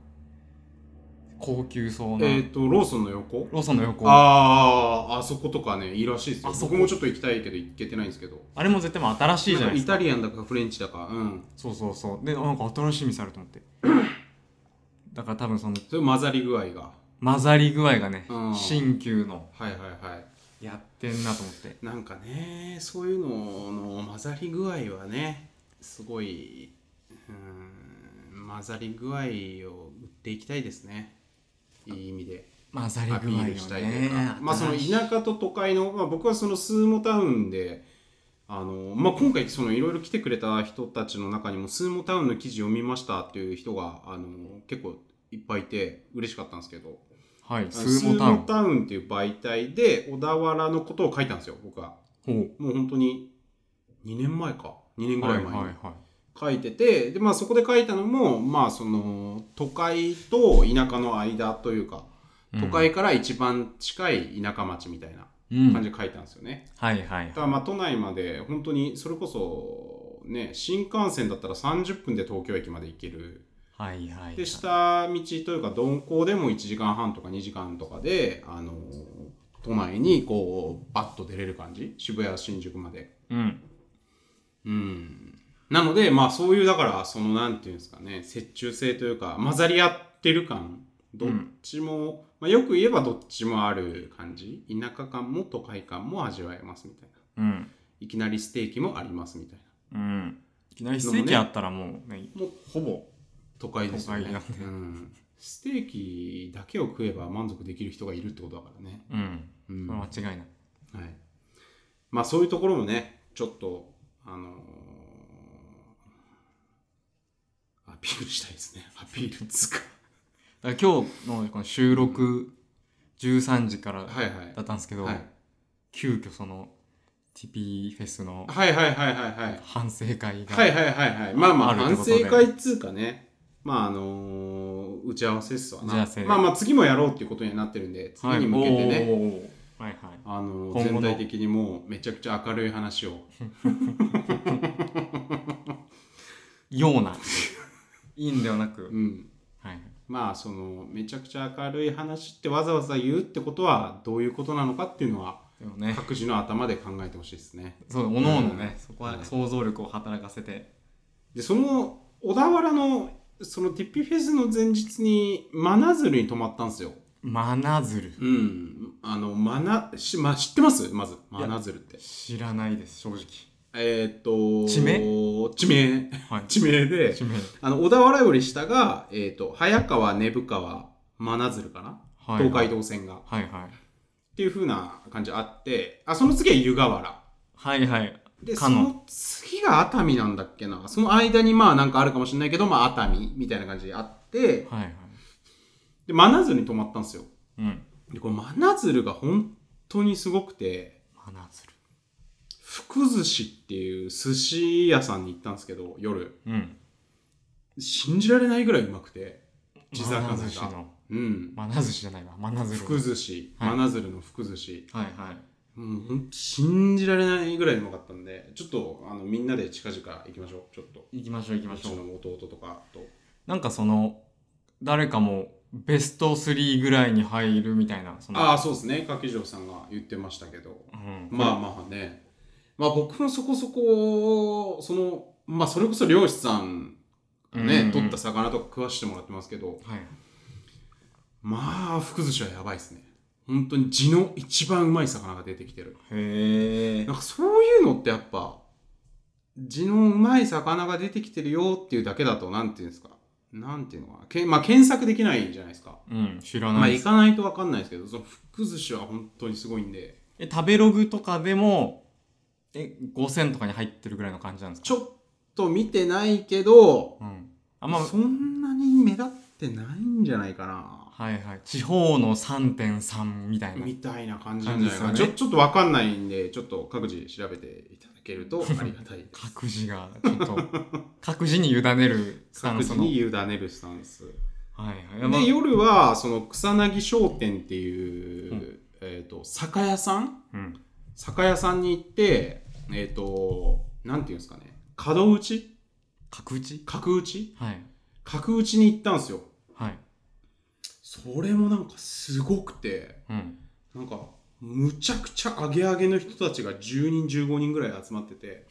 S1: 高級そうな、
S2: えっ、とローソンの横
S1: ローソンの横あ
S2: あああそことかねいいらしいですよ
S1: あそこ
S2: 僕もちょっと行きたいけど行けてないんですけど
S1: れも絶対もう新しいじゃ
S2: な
S1: なんいで
S2: かイ
S1: すか
S2: タリアンだかフレンチだかうん
S1: そうそうそうでなんか新しい店あると思ってだから多分その
S2: それ混ざり具合が
S1: 混ざり具合がね、
S2: うん
S1: 新旧の
S2: はいはいはい
S1: やってんなと思って
S2: なんかねそういうのの混ざり具合はねすごいうーん混ざり具合を売っていきたいですねいい意味で
S1: 混ざり具
S2: ア
S1: 合
S2: ピールし
S1: を
S2: たいという
S1: ね
S2: か、まあその
S1: 新しい
S2: 田舎と都会の、まあ、僕はそのスーモタウンであの、まあ、今回そのいろいろ来てくれた人たちの中にもスーモタウンの記事読みましたっていう人があの結構いっぱいいて嬉しかったんですけど
S1: はいス
S2: ス
S1: ー
S2: ー
S1: モタウ
S2: モ
S1: ン
S2: タウンっていう媒体で小田原のことを書いたんですよ僕は。
S1: ほう
S2: もう本当に2年前か2年ぐ
S1: は
S2: ら
S1: い
S2: い
S1: はい
S2: 前
S1: は
S2: に
S1: い
S2: 書いてて、でまあそこで書いたのもまあその都会と田舎の間というか
S1: うん
S2: 都会から一番近い田舎町みたいな
S1: うんは
S2: 感
S1: い
S2: じで書いたんですよね。
S1: はいはい
S2: だからまあ都内まで本当にそれこそね新幹線だったら30分で東京駅まで行ける。
S1: はいはい
S2: で下道というか鈍行でも1時間半とか2時間とかであの都内にこうバッと出れる感じ渋谷新宿まで
S1: うん
S2: うんなので、まあそういう、だから、その、なんていうんですかね、折衷性というか、混ざり合ってる感、どっちも、まあよく言えばどっちもある感じ、田舎感も都会感も味わえますみたいな。
S1: うん
S2: いきなりステーキもありますみたいな。
S1: うんいきなりステーキあったらもうね
S2: もう
S1: ほぼ
S2: 都会ですよ
S1: 都会
S2: ね
S1: なんで
S2: うん、ステーキだけを食えば満足できる人がいるってことだからね、
S1: うん。
S2: うん
S1: これは間違いない。
S2: はい、まあそういうところもねちょっとあのーアピールしたいですね アピールっつうか
S1: だから今日のこの収録13時から
S2: はいはい
S1: だったんですけど、
S2: はい
S1: 急遽その TP フェスの
S2: はいはいはいはいはい
S1: 反省会が、
S2: はいはいはいはいまあまあ
S1: あるって
S2: 反
S1: こ
S2: 省
S1: とで
S2: 会っつうかねまああのー打ち合わせっすわ
S1: 打ち合
S2: な
S1: わせ
S2: まあまあ次もやろうっていうことにはなってるんで次に向けてね、
S1: おーおーおーはいはい。
S2: あ
S1: 今
S2: の
S1: 後の
S2: 全体的にもうめちゃくちゃ明るい話を
S1: ような。いいんではなく。
S2: うん
S1: はい。
S2: まあそのめちゃくちゃ明るい話ってわざわざ言うってことはどういうことなのかっていうのは
S1: でもね、
S2: 各自の頭で考えてほしいですね
S1: そう、おのおのね、
S2: うん
S1: そこは
S2: はい
S1: 想像力を働かせて。
S2: でその小田原のそのティッピフェスの前日に真鶴に泊まったんですよ
S1: 真鶴。
S2: うんあの真鶴し、ま、知ってますまず真鶴って
S1: 知らないです、正直。
S2: えーっと
S1: 地名
S2: 地名
S1: はい。
S2: 地名で
S1: 地名。
S2: あの小田原より下が、えー、と早川根府川真鶴かな、
S1: はい
S2: 東海道線がっ
S1: はいはい。
S2: ていう風な感じあってあその次は湯河原
S1: はいはい。
S2: で
S1: か
S2: そ
S1: の
S2: の次が熱海なんだっけなその間にまあなんかあるかもしれないけど、まあ、熱海みたいな感じであって
S1: はいはい。
S2: で真鶴に泊まったんですよ
S1: うん。
S2: でこれ真鶴が本当にすごくて
S1: 真鶴。
S2: 福寿司っていう寿司屋さんに行ったんですけど夜
S1: うん。
S2: 信じられないぐらいうまくて地魚
S1: 真寿司
S2: が
S1: の。
S2: うん
S1: 真寿司じゃないわ。真鶴。
S2: 福寿司
S1: はい
S2: 真鶴の福寿司
S1: はいはい。
S2: もうほんと信じられないぐらいうまかったんでちょっとあのみんなで近々行きましょうちょっと
S1: 行きましょう行きま
S2: う
S1: し
S2: ち
S1: ょう。
S2: の弟とかと
S1: なんかその、誰かもベスト3ぐらいに入るみたいな、その、
S2: ああそうですね掛城さんが言ってましたけど
S1: うん。
S2: まあまあねまあ僕もそこそこそのまあそれこそ漁師さんがね、
S1: うんうん
S2: 取った魚とか食わしてもらってますけど
S1: はい。
S2: まあ福寿司はやばいですね本当に地の一番うまい魚が出てきてる
S1: へえ
S2: なん。かそういうのってやっぱ地のうまい魚が出てきてるよっていうだけだとなんていうんですかなんていうのかなけ、まあ、検索できないじゃないですか
S1: うん、知ら
S2: ま
S1: な
S2: あ
S1: いで
S2: 行
S1: す。
S2: かないと分かんないですけどその福寿司は本当にすごいんで
S1: え、食べログとかでも、え、5000とかに入ってるぐらいの感じなんですか
S2: ちょっと見てないけど、
S1: うん。あんま、
S2: そんなに目立ってないんじゃないかな、
S1: はいはい。地方の3.3みたいな。
S2: みたいな感じなんじゃないかな、
S1: 感じです
S2: ち
S1: よ
S2: ょ
S1: ね
S2: ちょっと分かんないんでちょっと各自調べていただける とありがたいです
S1: 各自が、ちょっ と、各自に委ねるスタ
S2: 各
S1: ンス
S2: 自
S1: の。
S2: に委ねるスタンス
S1: はいはい。まあ
S2: で夜はその草薙商店っていう、
S1: うん
S2: えー、と酒屋さん
S1: うん。
S2: 酒屋さんに行ってえっ、となんていうんですかね角打ち
S1: 角打ち
S2: 角打ち
S1: はい。
S2: 角打ちに行ったんですよ
S1: はい。
S2: それもなんかすごくて
S1: うん。
S2: なんかむちゃくちゃアゲアゲの人たちが10人15人ぐらい集まってて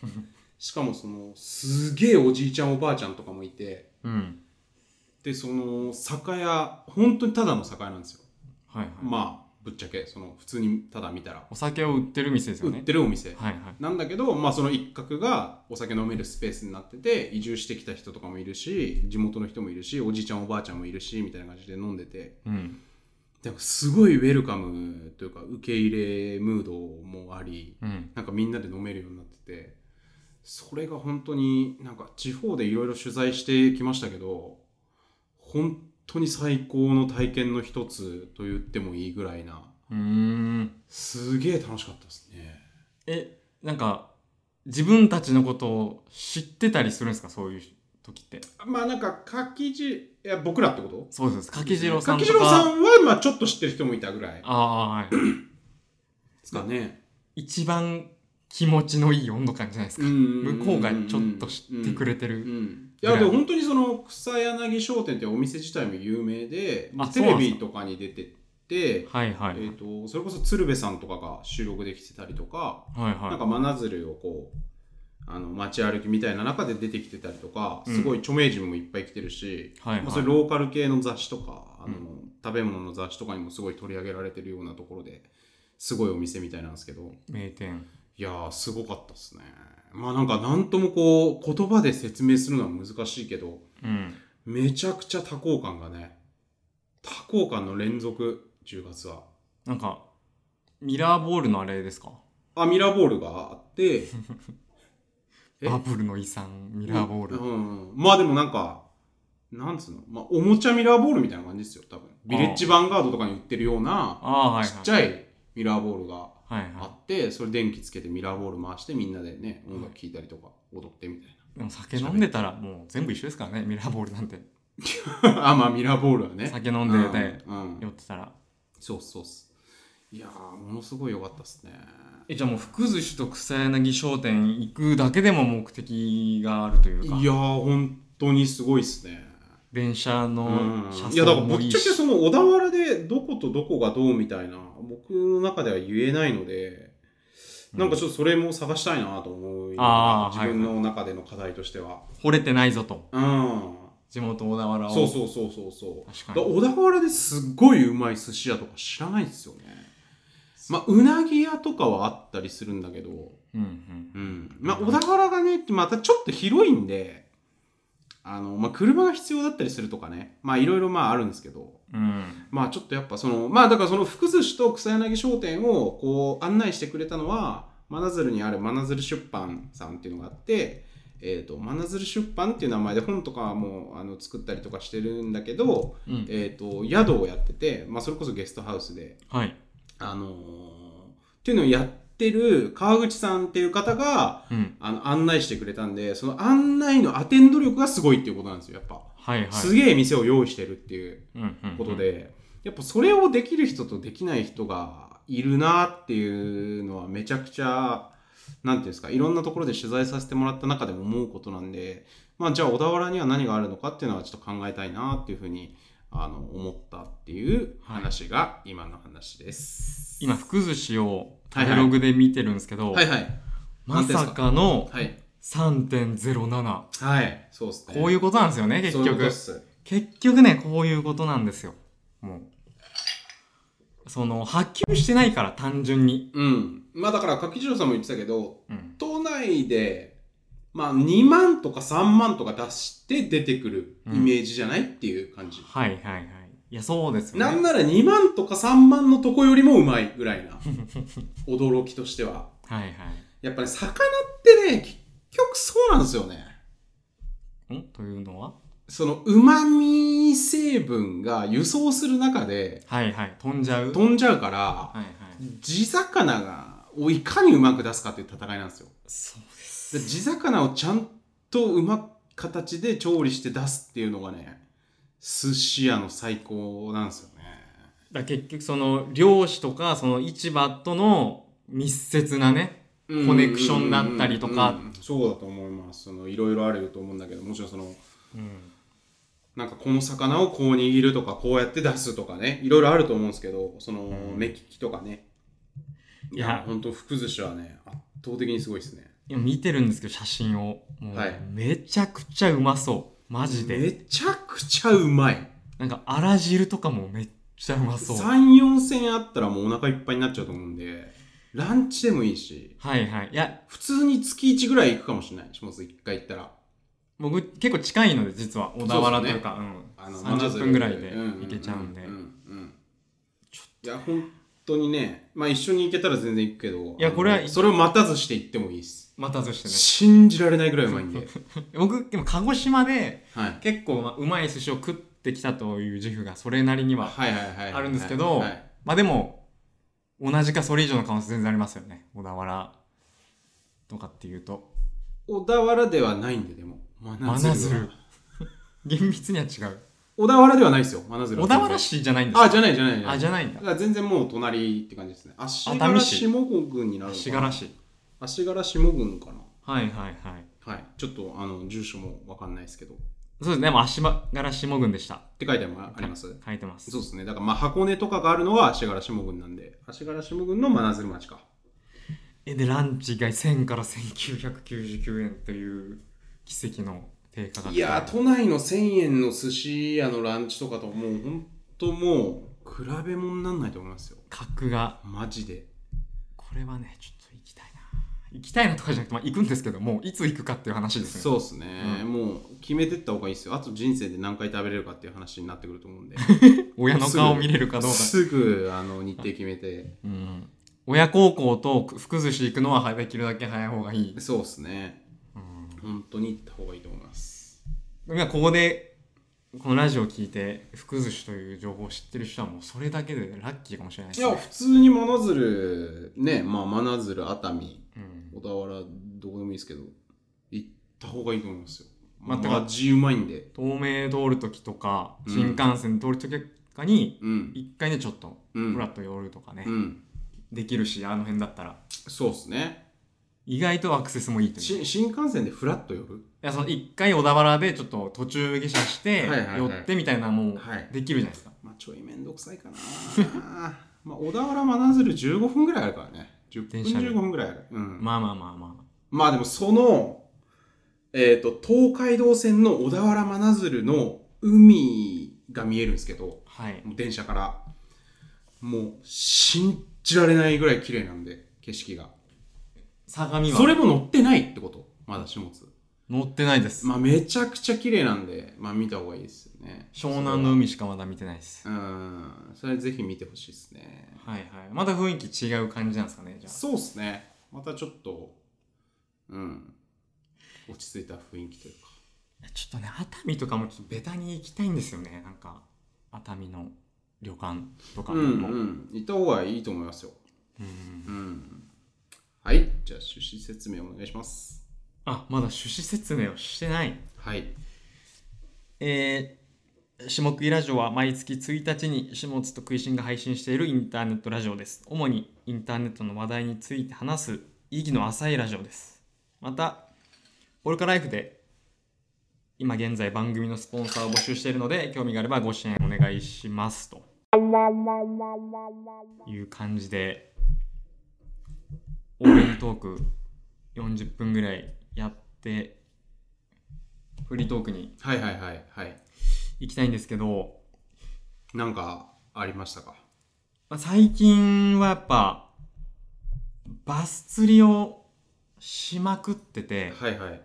S2: しかもそのすげえおじいちゃんおばあちゃんとかもいて
S1: うん。
S2: でその酒屋本当にただの酒屋なんですよ
S1: はいはい。
S2: まあぶっちゃけその普通にただ見たら
S1: お酒を売ってる店ですよ
S2: 売っ
S1: ね。
S2: てるお店
S1: はいはい。
S2: なんだけど、まあ、その一角がお酒飲めるスペースになってて移住してきた人とかもいるし地元の人もいるしおじいちゃんおばあちゃんもいるしみたいな感じで飲んでて
S1: うん。
S2: なんかすごいウェルカムというか受け入れムードもあり
S1: うん。
S2: なんかみんなで飲めるようになっててそれが本当になんか地方でいろいろ取材してきましたけど本当に最高の体験の一つと言ってもいいぐらいな
S1: うーん。
S2: すげえ楽しかったですね。
S1: えなんか自分たちのことを知ってたりするんですかそういう時って
S2: まあなんか柿じいや僕らってこと
S1: そうです柿次郎さんと
S2: 柿
S1: か
S2: 次郎さ
S1: あ
S2: んはまあちょっと知ってる人もいたぐらいで
S1: あーはい
S2: すかね
S1: 一番気持ちのいい温度感じゃないですか向
S2: 向
S1: こうがちょっと知ってくれて
S2: うん
S1: る
S2: いやでも本当にその草柳商店っていうお店自体も有名で
S1: あ
S2: テレビとかに出てって
S1: はいはい
S2: えー、とそれこそ鶴瓶さんとかが収録できてたりとか、
S1: はい
S2: なん
S1: は
S2: か真鶴をこうあの街歩きみたいな中で出てきてたりとか、
S1: うん
S2: すごい著名人もいっぱい来てるし、
S1: いはい
S2: まあ、
S1: は
S2: それ
S1: い
S2: ローカル系の雑誌とか、あの
S1: う
S2: 食べ物の雑誌とかにもすごい取り上げられてるようなところですごいお店みたいなんですけど
S1: 名店
S2: いやーすごかったですねまあなんか何ともこう言葉で説明するのは難しいけど
S1: うん
S2: めちゃくちゃ多幸感がね多幸感の連続10月は
S1: なんか、ミラーボールのあれですか
S2: あミラーボールがあってえ
S1: バブルの遺産、 ミラーボール。
S2: うん、うんまあでもなんかなんつうの、まあ、おもちゃミラーボールみたいな感じですよ多分ビレッジヴァンガードとかに売ってるような
S1: ああ、はいはい。
S2: ちっちゃいミラーボールが
S1: はい
S2: あ
S1: は
S2: ってそれ電気つけてミラーボール回してみんなでね音楽聴いたりとか踊ってみたい
S1: い。でも酒飲んでたらもう全部一緒ですからね、ミラーボールなんて。
S2: な あまあミラーボールはね
S1: 酒飲んでて、
S2: うんうん
S1: 酔ってたら。
S2: そうっすそうっすいやーものすごい良かったっすね
S1: え、じゃあもう福寿司と草柳商店行くだけでも目的があるとい
S2: いう
S1: か、
S2: やー本当にすごいっすね
S1: 電車の車
S2: いやだか
S1: 窓
S2: らぶ
S1: も
S2: っ
S1: いい
S2: ちゃけ
S1: し。
S2: その小田原でどことどこがどうみたいな僕の中では言えないのでなんかちょっとそれも探したいなと思い、
S1: あー
S2: 自分の中での課題としては、
S1: 惚れてないぞと。
S2: うん
S1: 地元小田原を。
S2: そうそうそうそうそう
S1: 確か
S2: だから
S1: に。
S2: 小田原ですっごいうまい寿司屋とか知らないんですよねまあうなぎ屋とかはあったりするんだけど
S1: うんうん。
S2: うんまあ、小田原がね、またちょっと広いんで、あの、まあ、車が必要だったりするとかね、まあ、いろいろまああるんですけど、
S1: うん。
S2: まあ、ちょっとやっぱその、まあ、だからその福寿司と草柳商店をこう案内してくれたのは、真鶴にある真鶴出版さんっていうのがあって、えー、と真鶴出版っていう名前で本とかもあの作ったりとかしてるんだけど、
S1: うん。
S2: えー、と宿をやってて、まあ、それこそゲストハウスで
S1: はい。
S2: あのーっていうのをやってる川口さんっていう方が
S1: うん。
S2: あの案内してくれたんでその案内のアテンド力がすごいっていうことなんですよやっぱ、
S1: はいはい。
S2: すげえ店を用意してるっていう
S1: うんうんうん
S2: ことで、やっぱそれをできる人とできない人がいるなっていうのはめちゃくちゃなんていうんですかいろんなところで取材させてもらった中でも思うことなんでまあじゃあ小田原には何があるのかっていうのはちょっと考えたいなっていうふうにあの思ったっていう話が今の話です。
S1: 今福寿司を
S2: はいはい
S1: ブログで見てるんですけど、
S2: はいはい。
S1: まさかの
S2: はい。
S1: 3.07
S2: はい。そうっすね。
S1: こういうことなんですよね結
S2: そういうこと
S1: 局
S2: っす。
S1: 結局ねこういうことなんですよもうその波及してないから単純に、
S2: うん。まあだから、柿次郎さんも言ってたけど、
S1: うん、
S2: 都内で、まあ2万とか3万とか出して出てくるイメージじゃない、っていう感じ。
S1: はいはいはいいやそうですよね
S2: なんなら2万とか3万のとこよりもうまいぐらい な。驚きとしては。
S1: はい
S2: やっぱり、ね、魚ってね、結局そうなんですよね。
S1: はいんというのは
S2: その旨味成分が輸送する中で
S1: はいはい飛んじゃう
S2: 飛んじゃうから、
S1: はいはい
S2: 地魚がをいかにうまく出すかっていう戦いなんですよ
S1: そうです
S2: で地魚をちゃんとうまく形で調理して出すっていうのがね寿司屋の最高なんですよね
S1: だから結局その漁師とかその市場との密接なねコネクションだったりとか
S2: うんうんうんそうだと思いますそのいろいろあると思うんだけどもちろんその
S1: うん
S2: なんかこの魚をこう握るとかこうやって出すとかねいろいろあると思うんですけどその目利きとかねい
S1: い
S2: や
S1: や
S2: ほんと福寿司はね圧倒的にすごいですね
S1: 今見てるんですけど写真をもう
S2: はい
S1: めちゃくちゃうまそうマジで
S2: めちゃくちゃうまい
S1: なんかあら汁とかもめっちゃうまそう
S2: 34千あったらもうお腹いっぱいになっちゃうと思うんでランチでもいいし
S1: はいはいいや
S2: 普通に月1ぐらい行くかもしれない下津1回行ったら
S1: 僕結構近いので実は小田原というか
S2: あ
S1: うん、
S2: 真
S1: 30
S2: 鶴
S1: 分ぐらいで行けちゃうんで、
S2: ううんいや本当にねまあ一緒に行けたら全然行くけど
S1: いやこれは
S2: あのそれを待たずして行ってもいいです
S1: 待たずしてね
S2: 信じられないぐらいうまい んで
S1: 僕でも鹿児島で
S2: はい
S1: 結構まあうまい寿司を食ってきたという自負がそれなりには
S2: はいはいはい
S1: あるんですけど
S2: はい
S1: まあでも同じかそれ以上の可能性全然ありますよね小田原とかっていうと
S2: 小田原ではないんででも真
S1: 真
S2: 鶴は
S1: 鶴厳密には違う
S2: 小田原ではないですよ真鶴
S1: 小
S2: は
S1: 田原市じゃないんですか
S2: あじゃないじゃないじゃない
S1: あじゃないんだ
S2: だから全然もう隣って感じですね。足
S1: 熱
S2: 柄
S1: 海市
S2: 下郡になるの
S1: 足
S2: かな
S1: 柄市
S2: 足柄下郡か
S1: はいはいはい
S2: な。はい。ちょっとあの住所もわかんないですけど。っ
S1: そうですねもう足柄下郡でした
S2: て書いてあります
S1: 書いてます
S2: そうですね。だからまあ箱根とかがあるのは足柄下郡なんで、足柄下郡の真鶴町か。
S1: えでランチが1000から1999円という奇跡の低価格
S2: いやー、都内の1000円の寿司屋のランチとかともう本当もう比べ物になんないと思いますよ。
S1: 格が
S2: マジで。
S1: これはねちょっと行きたいな行きたいなとかじゃなくて、まあ、行くんですけどもいつ行くかっていう話ですね
S2: そうですね、もう決めてった方がいいですよあと人生で何回食べれるかっていう話になってくると思うんで
S1: 親の顔見れるかどうか
S2: すぐあの日程決めて
S1: うん親孝行と福寿司行くのはできるだけ早い方がいい、
S2: そうですね
S1: うん
S2: 本当に行った方がいいと思います
S1: 今ここでこのラジオを聞いて福寿司という情報を知ってる人はもうそれだけでラッキーかもしれないで
S2: い
S1: すね
S2: や普通に真鶴ねまあ真鶴熱海
S1: うん
S2: 小田原どこでもいいですけど行った方がいいと思いますよま
S1: ま
S2: あ
S1: あてか
S2: マジうまいんで
S1: 東名通る時とか
S2: うん
S1: 新幹線通る時とかに
S2: うん
S1: 一回ねちょっと
S2: うん
S1: ふらっと寄るとかね、
S2: うん
S1: できるしあの辺だったら
S2: そうですね
S1: 意外とアクセスもいいというい
S2: し新幹線でフラッと寄る
S1: やその一回小田原でちょっと途中下車して
S2: はいはい
S1: 寄
S2: はい
S1: ってみたいなもう
S2: はい
S1: できるじゃないですか、
S2: まあちょいめんどくさいかな まあ小田原真鶴15分ぐらいあるからね10分
S1: 電車で
S2: 15分ぐらいある、うん、
S1: まあまあまあま
S2: まあでもその、えっ、と、東海道線の小田原真鶴の海が見えるんですけど、
S1: あはい
S2: もう電車から。もう、信じられないぐらい綺麗なんで、景色が。
S1: 相模
S2: そ
S1: は
S2: れも乗ってないってことまだ下津。
S1: 乗ってないです、
S2: まあめちゃくちゃ綺麗なんで、まあ見た方がいいですよね。
S1: 湘南の海しかまだ見てないです
S2: それは。うん、それぜひ見てほしいですね。
S1: はいはいまた雰囲気違う感じなんですかねじゃあ
S2: そうっすね。またちょっと、うん、落ち着いた雰囲気というか。
S1: ちょっとね熱海とかもちょっとベタに行きたいんですよねなんか熱海の旅館とか
S2: う
S1: も、
S2: んうん、行った方がいいと思いますよ。
S1: うん
S2: うんはい、じゃあ趣旨説明お願いします。
S1: あまだ趣旨説明をしてない
S2: はい。
S1: えー、下食いラジオは毎月1日に下津と食いしんが配信しているインターネットラジオです。主にインターネットの話題について話す意義の浅いラジオです。また、ポルカライフで今現在番組のスポンサーを募集しているので、興味があればご支援お願いしますと。いう感じで、オープントーク40分ぐらいやって、フリートークに
S2: はいはいはいはい。
S1: 行きたいんですけど、
S2: なんかありましたか
S1: まあ、最近はやっぱバス釣りをしまくってて
S2: はいはい。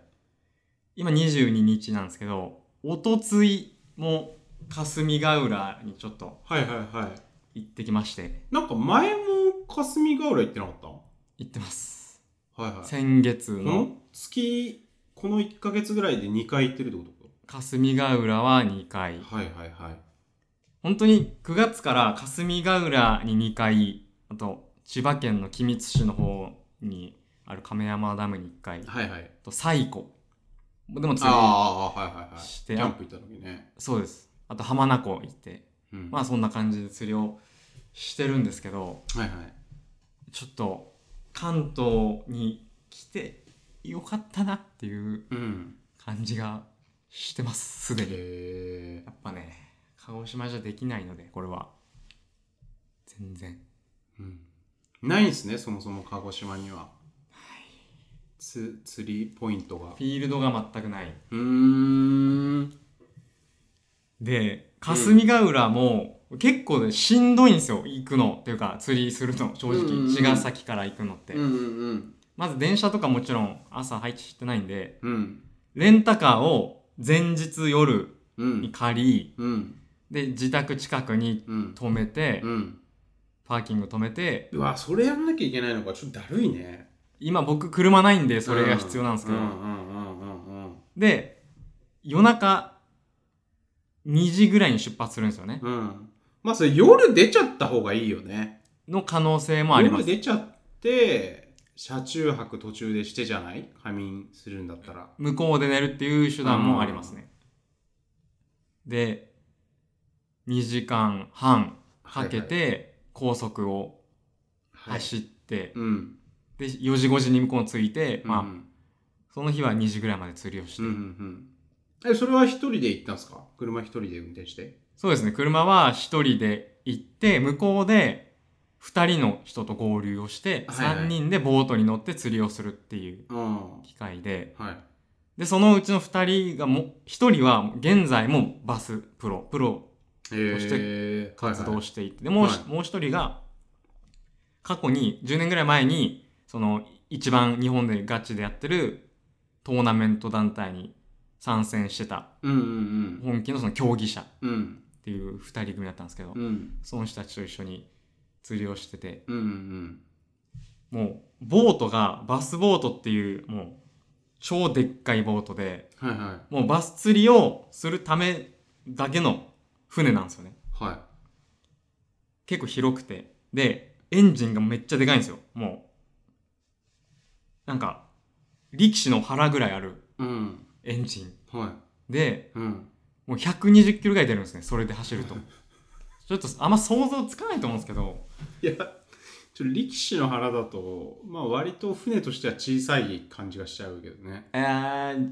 S1: 今22日なんですけどおとついも霞ヶ浦にちょっと
S2: はいはいはい。
S1: 行ってきまして
S2: なんか前も霞ヶ浦行ってなかった
S1: 行ってます
S2: はいはい。こ
S1: 先月の
S2: の月、この1ヶ月ぐらいで2回行ってるってこ
S1: 霞ヶ浦は2回
S2: とはいはいはい。
S1: 本当に9月から霞ヶ浦に2回あと千葉県の君津市の方にある亀山ダムに1回あ
S2: はいはい。
S1: と西湖でも釣り
S2: ああ、はいはいはい。
S1: し
S2: キ
S1: て
S2: ャンプ行った時ね。
S1: そうですあと浜名湖行って
S2: うん。
S1: まあそんな感じで釣りをしてるんですけど
S2: はいはい。
S1: ちょっと関東に来てよかったなっていう
S2: うん。
S1: 感じがしてますすでに
S2: へえ
S1: や。っぱね鹿児島じゃできないのでこれは全然
S2: うん。ないんすね、そもそも鹿児島には。つ釣りポイントが
S1: フ。ィールドが全くないう
S2: ーん。
S1: で霞ヶ浦も結構ねしんどいんですよ行くのっていうか釣りするの正
S2: うんうんう
S1: 直
S2: ん
S1: 茅ヶ崎から行くのって
S2: うんうん
S1: まず電車とかもちろん朝配置してないんで
S2: うんうん
S1: レンタカーを前日夜
S2: う
S1: に
S2: ん
S1: 借り、
S2: うん
S1: で、自宅近くに
S2: うん
S1: 止めて、
S2: うん
S1: パーキング止めて、
S2: うわそれやんなきゃいけないのかちょっとだるいね
S1: 今僕車ないんでそれが必要なんですけど、
S2: うんうんうんうんうん
S1: で、夜中2時ぐらいに出発するんですよね。
S2: うんまあそれ夜出ちゃった方がいいよね
S1: の可能性もありま
S2: 夜
S1: す。
S2: 出ちゃって車中泊途中でしてじゃない仮眠するんだったら
S1: 向こうで寝るっていう手段もありますね。で、2時間半かけて高速を
S2: はい
S1: 走って、
S2: うん
S1: で、4時5時に向こうに着いて、まあ、
S2: うん
S1: その日は2時ぐらいまで釣りをして、
S2: うんうんうんえそれは一人で行ったんですか車一人で運転して
S1: そうですね車は1人で行って向こうで2人の人と合流をして、
S2: はいはい
S1: 3人でボートに乗って釣りをするっていう
S2: うん
S1: 機会で
S2: はい
S1: でそのうちの2人がもう1人は現在もバスプロプロ
S2: へ
S1: そして
S2: え
S1: 活動
S2: し
S1: していて、でもう,、
S2: はい
S1: もう1人が過去に10年ぐらい前にその一番日本でガチでやってるトーナメント団体に参戦してた
S2: うんうん
S1: 本気のその競技者っ
S2: うんうん
S1: ていう2人組だったんですけど、
S2: うん
S1: その人たちと一緒に釣りをしてて
S2: うんうん
S1: もうボートがバスボートっていうもう超でっかいボートで
S2: はいは
S1: もうバス釣りをするためだけの船なんですよね
S2: いはい
S1: 結構広くてでエンジンがめっちゃでかいんですよもうなんか力士の腹ぐらいある
S2: うん
S1: エンジン
S2: は
S1: で
S2: いうん
S1: もう120キロぐらい出るんですねそれで走るとちょっとあんま想像つかないと思うんですけど
S2: いやちょっと力士の腹だとまあ割と船としては小さい感じがしちゃうけどね
S1: えー、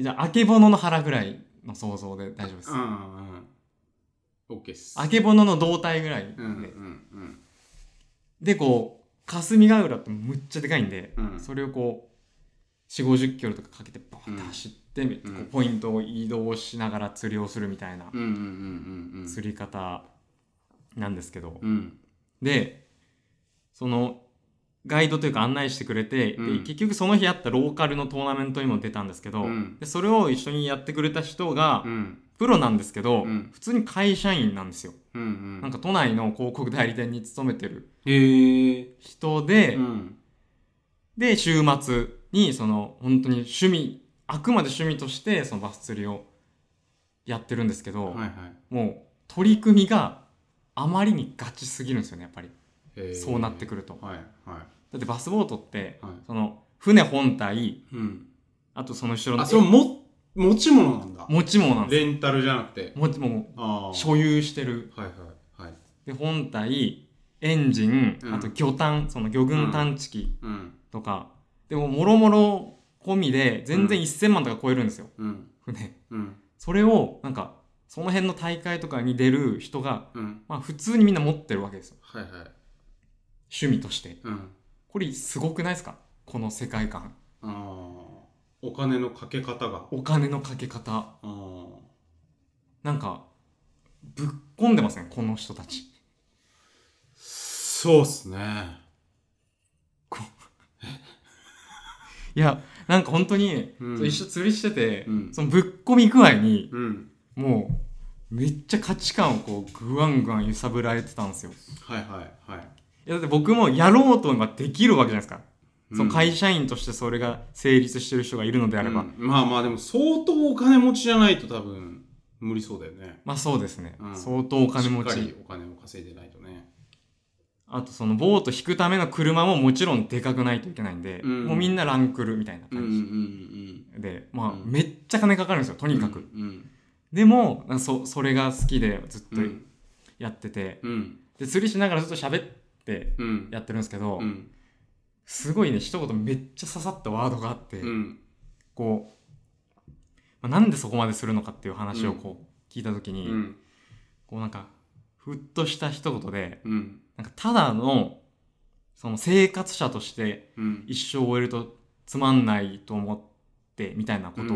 S1: じゃあ、あけぼのの腹ぐらいの想像で大丈夫です
S2: うん。うんうん OK っす
S1: あけぼのの胴体ぐらいで。
S2: うんうんうん
S1: で、こう、霞ヶ浦ってむっちゃでかいんで、
S2: うん
S1: それをこう、4、50キロとかかけてバーって走って、こうポイントを移動しながら釣りをするみたいな
S2: うんうんうんうんうん
S1: 釣り方なんですけど。
S2: うん
S1: で、その、ガイドというか案内してくれて、
S2: う
S1: で
S2: ん
S1: 結局その日あったローカルのトーナメントにも出たんですけど、
S2: うん
S1: でそれを一緒にやってくれた人が、
S2: うん
S1: プロなんですけど、
S2: うん
S1: 普通に会社員なんですよ、
S2: うんうん
S1: なんか都内の広告代理店に勤めてる
S2: へえ
S1: 人で、
S2: うん
S1: で週末にその本当に趣味あくまで趣味としてそのバス釣りをやってるんですけど、
S2: はいはい
S1: もう取り組みがあまりにガチすぎるんですよねやっぱり
S2: へー
S1: そうなってくると
S2: はいは
S1: だってバスボートって
S2: いはい
S1: その船本体
S2: うん
S1: あとその後ろの
S2: あそれも持ち物なんだ
S1: 持ち物なんですよ
S2: レンタルじゃなくて
S1: 持ち物を
S2: ああ
S1: 所有してる
S2: はいはいはい
S1: で本体エンジン
S2: うん
S1: あと魚探その魚群探知機、
S2: うん
S1: とか、でも、もろもろ込みで、全然1000万とか超えるんですよ、
S2: うん
S1: 船。
S2: うん
S1: それを、なんか、その辺の大会とかに出る人が、
S2: うん
S1: まあ、普通にみんな持ってるわけですよ。
S2: はいはい
S1: 趣味として。
S2: うん
S1: これ、すごくないですかこの世界観。
S2: ああお金のかけ方があ
S1: お金のかけ方。
S2: あー
S1: なんか、ぶっ込んでません、この人たち。
S2: そうっすね
S1: いや、なんか本当に、
S2: うん
S1: そう一緒釣りしてて、
S2: うん
S1: そのぶっ込み具合に、
S2: うん
S1: もう、めっちゃ価値観をこう、ぐわんぐわん揺さぶられてたんですよ。
S2: はいはいはい
S1: いやだって僕もやろうとはできるわけじゃないですか、
S2: うん
S1: その会社員としてそれが成立してる人がいるのであれば、
S2: うんまあまあでも相当お金持ちじゃないと多分無理そうだよね
S1: まあそうですね、
S2: うん
S1: 相当お金持
S2: しっか
S1: ち
S2: りお金を稼いでないとね
S1: あとそのボート引くための車ももちろんでかくないといけないんで、
S2: うん
S1: もうみんなランクルみたいな
S2: うんうん
S1: 感じ、でまあ、めっちゃ金かかるんですよと
S2: うんうん
S1: にかく、
S2: うん
S1: でもなんかそそれが好きでずっと
S2: うん
S1: やってて、
S2: うん
S1: で釣りしながらずっと喋って
S2: うん
S1: やってるんですけど、
S2: うん
S1: すごいね一言めっちゃ刺さったワードがあって、
S2: うん
S1: こう、まあ、なんでそこまでするのかっていう話をこう聞いた時
S2: う
S1: に、
S2: ん
S1: こうなんかふっとした一言で
S2: うん
S1: なんかただのその生活者として
S2: うん
S1: 一生終えるとつまんないと思ってみたいなこと
S2: う
S1: を
S2: んう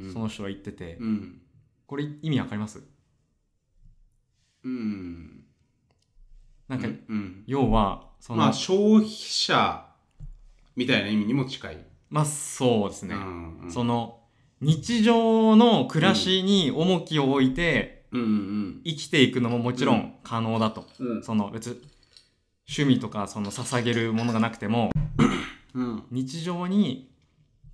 S2: んうん
S1: その人は言ってて、
S2: うん
S1: これ意味わかります
S2: うん
S1: なんか、
S2: うんうん
S1: 要はその、
S2: ま
S1: ま
S2: あ
S1: あ、
S2: 消費者みたいな意味にも近い
S1: そうですね、
S2: うんうん
S1: その日常の暮らしに重きを置いて
S2: うんうん
S1: 生きていくのももちろん可能だと、
S2: うん
S1: その別に趣味とかその捧げるものがなくても
S2: うん
S1: 日常に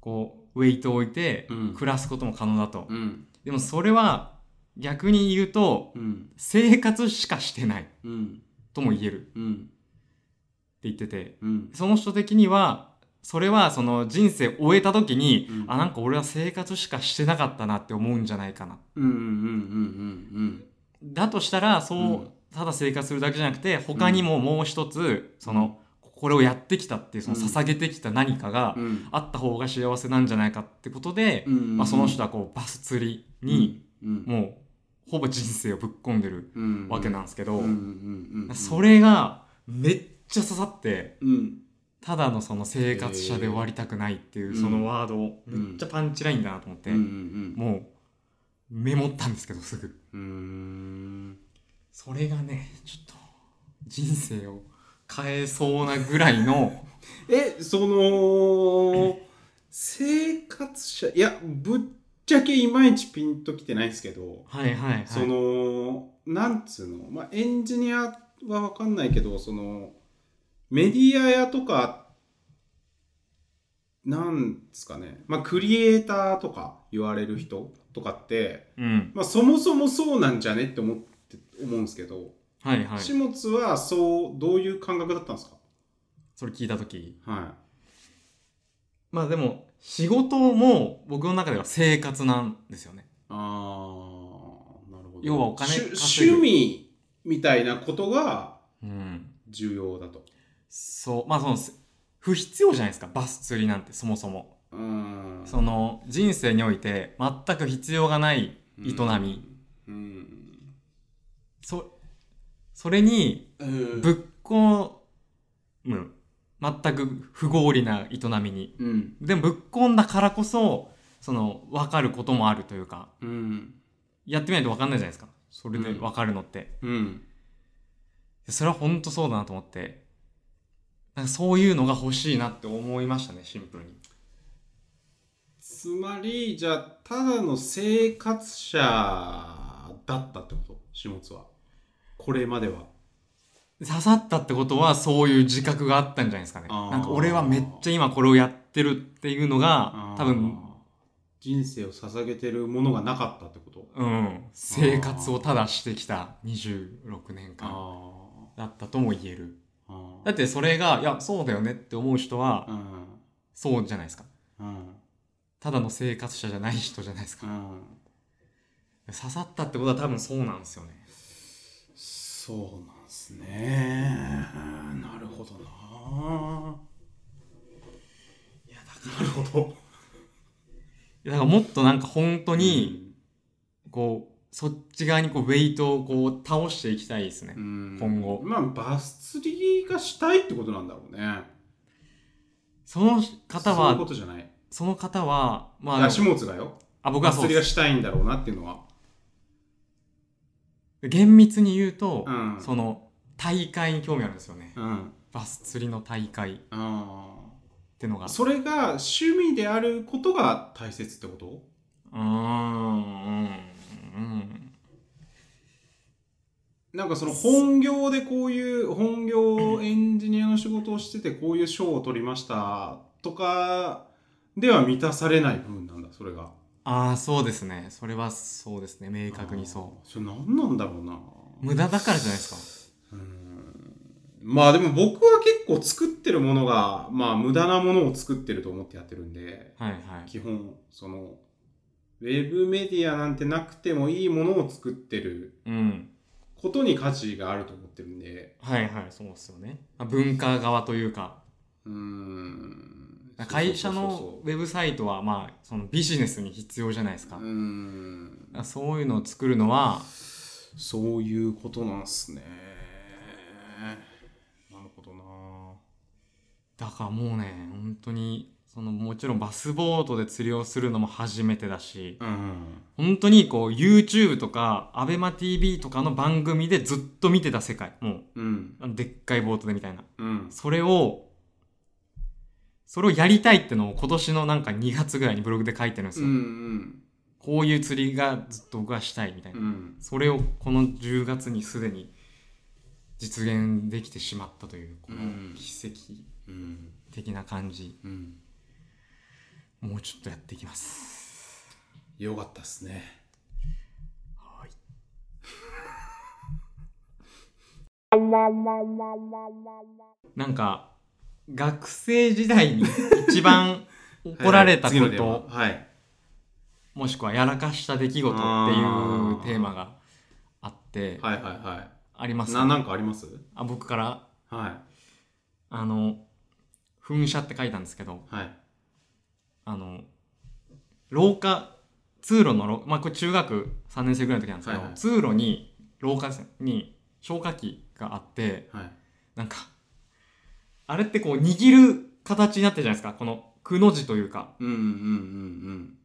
S1: こうウェイトを置いて
S2: うん
S1: 暮らすことも可能だと、
S2: うん
S1: でもそれは逆に言うと
S2: うん
S1: 生活しかしてない
S2: うん
S1: とも言えるって
S2: うん
S1: 言ってて
S2: うん
S1: その人的にはそれはその人生終えた時に、
S2: うん
S1: あなんか俺は生活しかしてなかったなって思うんじゃないかな
S2: うんうんうん
S1: だとしたらそう、
S2: うん
S1: ただ生活するだけじゃなくて他にももう一つそのこれをやってきたっていうその
S2: うん
S1: 捧げてきた何かが
S2: うんうん
S1: あった方が幸せなんじゃないかってことで、
S2: うん
S1: まあ、その人はこうバス釣りに
S2: うん
S1: もうほぼ人生をぶっ込んでる
S2: うん
S1: わけなんですけど、
S2: うんうんうん
S1: それがめっちゃ刺さって
S2: うん
S1: ただのその生活者で終わりたくないっていううんそのワードを
S2: うん
S1: めっちゃパンチラインだなと思って、
S2: うんうん
S1: もうメモったんですけどすぐ。
S2: うんうーん
S1: それがねちょっと人生を買えそうなぐらい の
S2: えその生活者いやぶっちゃけいまいちピンときてないんですけど、
S1: はいはいはい
S2: そのなんつうの、まあ、エンジニアは分かんないけどそのメディアやとかなんですかね、まあ、クリエイターとか言われる人とかって、
S1: うん
S2: まあ、そもそもそうなんじゃねって思って思うんですけど、
S1: はいはい
S2: 始末はそうどういう感覚だったんですか
S1: それ聞いた時
S2: は
S1: まあでも仕事も僕の中では生活なんですよね
S2: い。あーなるほど。
S1: 要はお金
S2: し
S1: 稼ぐ
S2: 趣味みたいなことが
S1: うん
S2: 重要だと。
S1: そうまあそのせ不必要じゃないですかバス釣りなんてそもそも
S2: うーん。
S1: その人生において全く必要がない営み
S2: うん。
S1: そそれに
S2: うん。
S1: ぶっ込む全く不合理な営みに
S2: うん。
S1: でもぶっ込んだからこそその分かることもあるというか
S2: うん。
S1: やってみないと分かんないじゃないですかそれで分かるのって、
S2: うん。
S1: それは本当そうだなと思ってなんかそういうのが欲しいなって思いましたねシンプルに
S2: つまり、じゃあ、ただの生活者だったってこと始末は。これまでは。
S1: 刺さったってことはそういう自覚があったんじゃないですかね
S2: あー
S1: なんか俺はめっちゃ今これをやってるっていうのが多分
S2: あー。人生を捧げてるものがなかったってこと
S1: うん生活をただしてきた26年間
S2: あ
S1: だったとも言える
S2: ーあー。
S1: だってそれがいやそうだよねって思う人は
S2: うん。
S1: そうじゃないですか
S2: うん。
S1: ただの生活者じゃない人じゃないですか
S2: うん。
S1: 刺さったってことは多分そうなんですよね
S2: そうなんですね。なるほどな。いや、だから。なるほど。
S1: いやだからもっとなんか本当に、こうそっち側にこうウェイトをこう倒していきたいですね、
S2: うん、
S1: 今後
S2: まあ、バス釣りがしたいってことなんだろうね。
S1: その方
S2: そういう
S1: は
S2: ことじゃない。
S1: その方はま
S2: あ、
S1: あ
S2: 下津がよ。
S1: あ僕
S2: バ
S1: は
S2: ス
S1: そう
S2: 釣り
S1: で
S2: が
S1: す
S2: したいんだろうなっていうのは。
S1: 厳密に言うと、
S2: うん
S1: その大会に興味あるんですよね、
S2: うん。
S1: バス釣りの大会っ
S2: あ
S1: てのが
S2: あ。
S1: う
S2: それが趣味であることが大切ってこと
S1: ーんうん
S2: なんかその本業でこういう本業エンジニアの仕事をしててこういう賞を取りましたとかでは満たされない部分なんだそれが
S1: ああそうですねそれはそうですね明確にそう
S2: それ何なんだろうな
S1: 無駄だからじゃないです
S2: うーんまあでも僕は結構作ってるものがまあ無駄なものを作ってると思ってやってるんで
S1: かはいはい
S2: 基本そのウェブメディアなんてなくてもいいものを作ってる
S1: うん
S2: ことに価値があると思ってるんで
S1: はいはいそうですよねまあ文化側というか
S2: うーん
S1: 会社
S2: そうそうそうそう
S1: のウェブサイトはまあそのビジネスに必要じゃないですか,、
S2: うーん
S1: そういうのを作るのは
S2: そういうことなんすねなるほどな
S1: だからもうね本当にそのもちろんバスボートで釣りをするのも初めてだし
S2: うん
S1: 本当にこう YouTube とか ABEMATV とかの番組でずっと見てた世界も
S2: うん
S1: うあのでっかいボートでみたいな
S2: うん
S1: それをそれをやりたいってのを今年のなんか2月ぐらいにブログで書いてるんです
S2: うんう
S1: よ、
S2: ん
S1: こういう釣りがずっと僕はしたいみたいな
S2: う、ん
S1: それをこの10月にすでに実現できてしまったというこの
S2: うん
S1: 奇跡
S2: うん
S1: 的な感じ、
S2: うん
S1: もうちょっとやっていきます
S2: よかったっすね
S1: はいなんか学生時代に一番怒られたこ
S2: はいはい
S1: と、
S2: 次のテーマはい
S1: もしくはやらかした出来事っていうテ
S2: あー
S1: ーマがあってあ,、
S2: はいはいは
S1: りま
S2: い
S1: す
S2: な
S1: か
S2: なんかあります
S1: あ僕から
S2: は
S1: あの噴射って書いたんですけど
S2: いはい
S1: あの廊下通路のろまあこれ中学3年生ぐらいの時なんですけど、
S2: はいはい
S1: 通路に廊下ですねに消火器があって
S2: はい
S1: なんかあれってこう握る形になってるじゃないですかこのくの字というか
S2: うんうんうん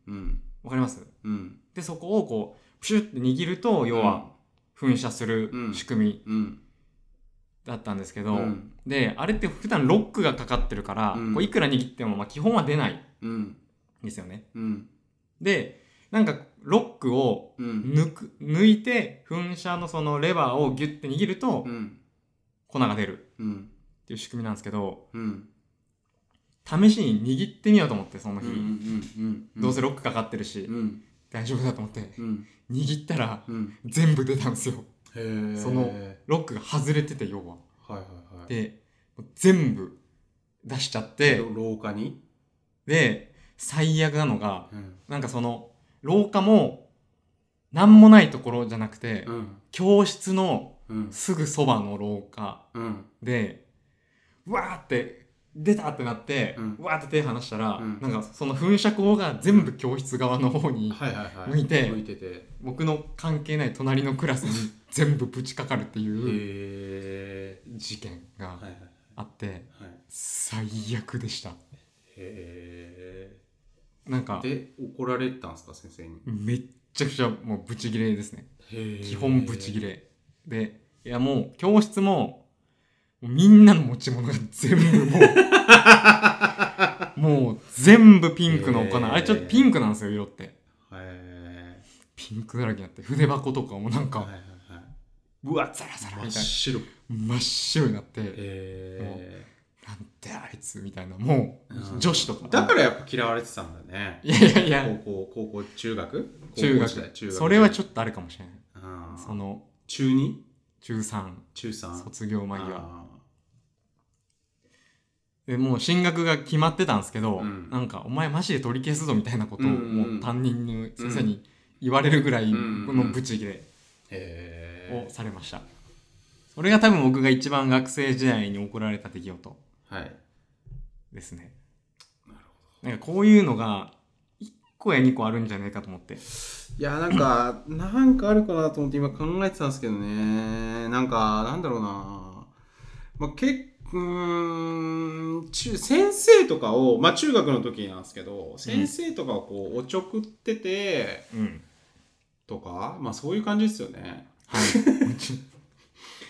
S2: うんうん
S1: わかります
S2: うん
S1: でそこをこうプシュって握ると要は噴射する仕組み
S2: うん
S1: だったんですけど、
S2: うん
S1: であれって普段ロックがかかってるから、
S2: うん
S1: こういくら握ってもまあ基本は出ないん
S2: うん
S1: ですよね
S2: うん
S1: でなんかロックを
S2: うん
S1: 抜く抜いて噴射のそのレバーをギュッて握ると
S2: うん
S1: 粉が出る
S2: うん
S1: っていう仕組みなんですけど
S2: うん
S1: 試しに握ってみようと思ってその
S2: うん
S1: 日、
S2: うんうん
S1: どうせロックかかってるし、
S2: うん
S1: 大丈夫だと思って
S2: うん
S1: 握ったら
S2: うん
S1: 全部出たんですよ
S2: へえ
S1: その
S2: はい
S1: ロックが外れてて要は
S2: はいはい
S1: で全部出しちゃって
S2: ろ廊下に
S1: で最悪なのが
S2: うん
S1: なんかその廊下も何もないところじゃなくて、
S2: うん
S1: 教室の
S2: うん
S1: すぐそばの廊下
S2: うん
S1: でうわーって出たってなって、
S2: うん
S1: うわーって手離したら、
S2: うん
S1: なんかその噴射口が全部教室側の方に、
S2: はいはいはい
S1: 向いて
S2: 向いててへ
S1: 僕の関係ない隣のクラス に全部ぶちかかるっていう
S2: え
S1: 事件が
S2: はいはいは
S1: あって
S2: いはい
S1: 最悪でした
S2: へ
S1: なんか
S2: えで怒られたんですか先生に
S1: めっちゃくちゃもうブチギレですね基
S2: 基
S1: 本ブチギレでいやもう教室ももうみんなの持ち物が全部も うもう全部ピンクのお
S2: へ
S1: 金
S2: ー
S1: あれちょっとピンクなんですよ色って
S2: へ
S1: ピンクだらけになって筆箱とかもなん
S2: えはい
S1: か
S2: はいはいう
S1: わザラザラみ
S2: 真っ
S1: たいな
S2: 白へ
S1: 真っ白になって
S2: え
S1: なんてあいつみたいなも
S2: うん
S1: う女子とか
S2: だからやっぱ嫌われてたんだね
S1: いやいやいや
S2: 高校高校中学
S1: 中
S2: 高校時代
S1: 学
S2: 中学
S1: それはちょっとあるかもしれない
S2: うん
S1: その
S2: 中2
S1: 中3
S2: 中3
S1: 卒業間際
S2: あ
S1: でもう進学が決まってたんですけど、
S2: うん
S1: なんか「お前マジで取り消すぞ」みたいなことを
S2: うんうんうん
S1: もう担任の先生に言われるぐらい
S2: うん
S1: のブチギレ
S2: ーへ
S1: をされました、それが多分僕が一番学生時代に怒られた出来事
S2: えはい
S1: ですね
S2: なるほ
S1: なんかこういうのが1個や2個あるんじゃないかと思って
S2: いやなんか なんかあるかなと思って今考えてたんですけどねなんかなんだろうなまあ結うーん中先生とかをまあ中学の時なんですけど先生とかをこうおちょくってて
S1: うん
S2: とか、まあそういう感じですよね
S1: はい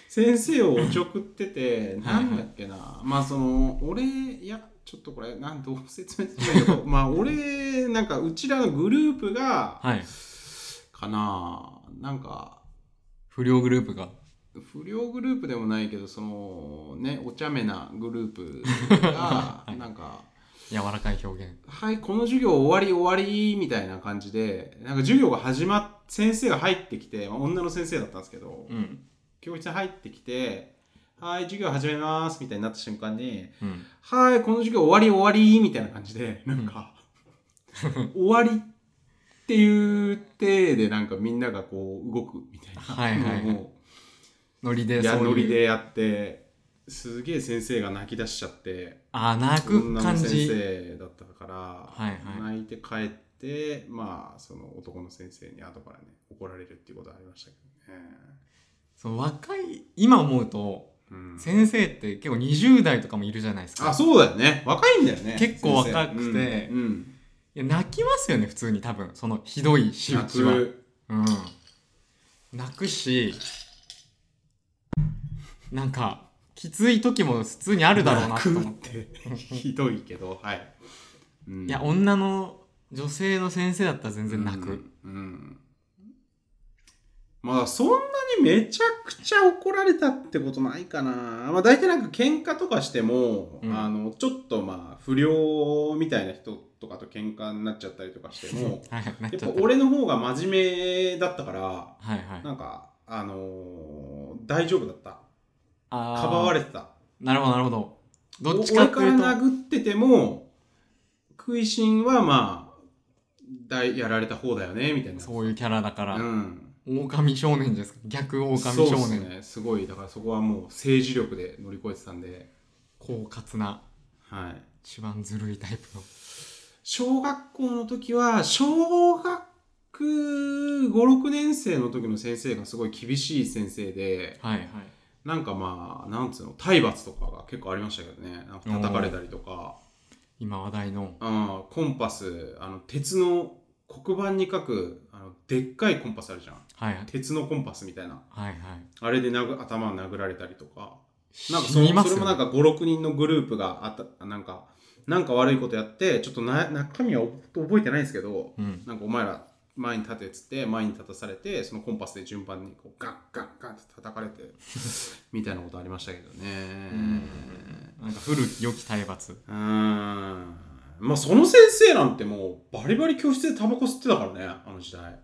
S2: 先生をおちょくってて
S1: は
S2: ないんだっけなまあその俺いやちょっとこれなんどう説明するんだけど まあ俺なんかうちらのグループが
S1: はい
S2: かななんか
S1: 不良グループが
S2: 不良グループでもないけどそのねお茶目なグループが
S1: はい
S2: なんか
S1: 柔らかい表現
S2: 「はいこの授業終わり終わり」みたいな感じでなんか授業が始まっ先生が入ってきてまあ女の先生だったんですけど
S1: うん
S2: 教室に入ってきて「はい授業始めます」みたいになった瞬間に
S1: うん
S2: 「はいこの授業終わり終わり」みたいな感じでなんか「終わり」っていう体でなんかみんながこう動くみたいな
S1: はいはいはい
S2: のを
S1: ノリで
S2: いや
S1: そういう
S2: ノリでやってすげえ先生が泣き出しちゃって
S1: あー泣く
S2: 女の
S1: 感
S2: 先
S1: じ
S2: 生だったから、
S1: いはい
S2: 泣いて帰ってまあその男の先生に後からね怒られるっていうことはありましたけどね、
S1: そう若い今思うと
S2: うん、
S1: 先生って結構20代とかもいるじゃないですか
S2: あそうだよね若いんだよね
S1: 結構若くて
S2: 先生うんうん
S1: いや泣きますよね普通に多分そのひどい仕打
S2: 泣
S1: ちは
S2: く
S1: うん、泣くしなんかきつい時も普通にあるだろうなと思って
S2: 泣くってひどいけどはい、うん
S1: いや女の女性の先生だったら全然泣く、
S2: うん、うんまあそんなにめちゃくちゃ怒られたってことないかなまあ大体なんか喧嘩とかしても、
S1: うん
S2: あのちょっとまあ不良みたいな人とかと喧嘩になっちゃったりとかしても
S1: はいはい泣
S2: や
S1: い
S2: っ
S1: ち
S2: ぱ
S1: ゃった
S2: 俺の方が真面目だったから
S1: はいはい
S2: なんかあのー大丈夫だった
S1: あー
S2: かばわれてた
S1: なるほどなるほどどっちか
S2: 俺
S1: って
S2: から
S1: いうと
S2: 殴ってても食いしんはまあだいやられた方だよねみたいな
S1: そういうキャラだから、
S2: うん
S1: 狼少年じゃないですか逆狼少
S2: そうっす
S1: 年、
S2: ねすごいだからそこはもう政治力で乗り越えてたんで、
S1: 狡猾な
S2: はい、
S1: 一番ずるいタイプの
S2: 小学校の時は小学56年生の時の先生がすごい厳しい先生で
S1: はいはい
S2: なんかまあなんつうの体罰とかが結構ありましたけどねなんか叩かれたりとか、
S1: 今話題の
S2: うん、コンパスあの鉄の黒板に書くあのでっかいコンパスあるじゃん
S1: はいはい
S2: 鉄のコンパスみたいな
S1: はい
S2: あれで殴頭を殴られたりとかなんか
S1: 死
S2: そ
S1: にま
S2: の
S1: す
S2: そ
S1: よ
S2: れもなんか56人のグループがあったなんかなんか悪いことやってちょっとな中身は覚えてないんですけど
S1: うん、
S2: なんかお前ら前に立てっつって前に立たされてそのコンパスで順番にこうガッガッガッって叩かれてみたいなことありましたけどね
S1: なんか古き良き体罰
S2: うーんまあその先生なんてもうバリバリ教室でタバコ吸ってたからねあの時代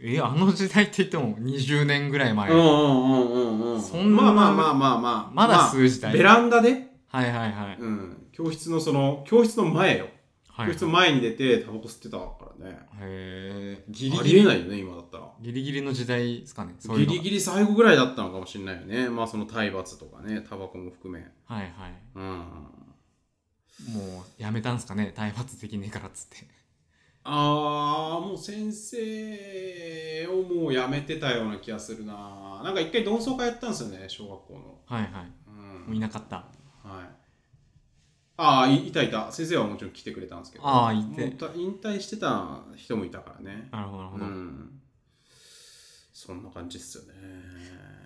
S1: えあの時代って言っても20年ぐらい前、
S2: うんうんうんうんうん
S1: そんな
S2: まあまあまあまあまあ
S1: まだ
S2: ま
S1: 数時
S2: あ
S1: 代、
S2: ベランダで、
S1: はいはいはい、
S2: うん、教室のその教室の前よ
S1: はい
S2: 教室の前に出てタバコ吸ってたからね
S1: へえギリ
S2: あ
S1: ギ
S2: りえ
S1: リ
S2: ないよね今だったら
S1: ギリギリの時代ですかねそうい
S2: ギ
S1: うのが
S2: リギリ最後ぐらいだったのかもしれないよねまあその体罰とかねタバコも含め
S1: はいはい
S2: うん
S1: もうやめたんすかね体罰できねえからっつって
S2: あーもう先生をもうやめてたような気がするななんか一回同窓会やったんですよね小学校の
S1: はいはい
S2: うん
S1: もういなかった
S2: はい、ああいいたいた先生はもちろん来てくれたんですけど
S1: ああいて
S2: もうた引退してた人もいたからね
S1: なるほどなるほ
S2: う
S1: ど、
S2: んそんな感じっすよね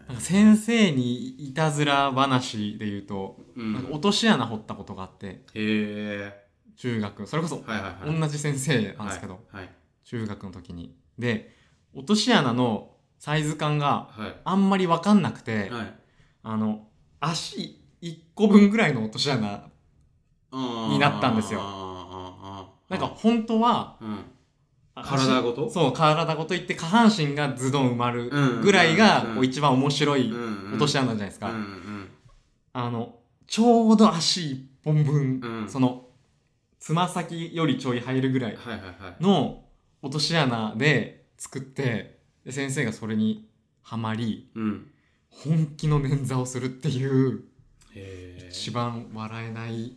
S1: なんか先生にいたずら話で言うと、
S2: うん
S1: なんか落とし穴掘ったことがあって
S2: へえ
S1: 中学それこそ
S2: はいはいはい
S1: 同じ先生なんですけど、
S2: はい
S1: 中学の時にで落とし穴のサイズ感が
S2: はい
S1: あんまり分かんなくて、
S2: はい
S1: あの足1個分ぐらいの落とし穴に
S2: に
S1: なったんですよなんか本当は
S2: うん
S1: あ
S2: 体ごと
S1: 足そう体ごといって下半身がズドン埋まるぐらい
S2: うんうんうん
S1: が
S2: うん
S1: こう一番面白い
S2: 落
S1: 落とし
S2: た
S1: 穴じゃないですか、
S2: うんうん
S1: あのちょうど足1本分、
S2: うん
S1: そのつま先よりちょい入るぐらい
S2: はいはいはい
S1: の落とし穴で作ってで先生がそれにはまり
S2: うん
S1: 本気の捻挫をするっていう
S2: へえ
S1: 一番笑えない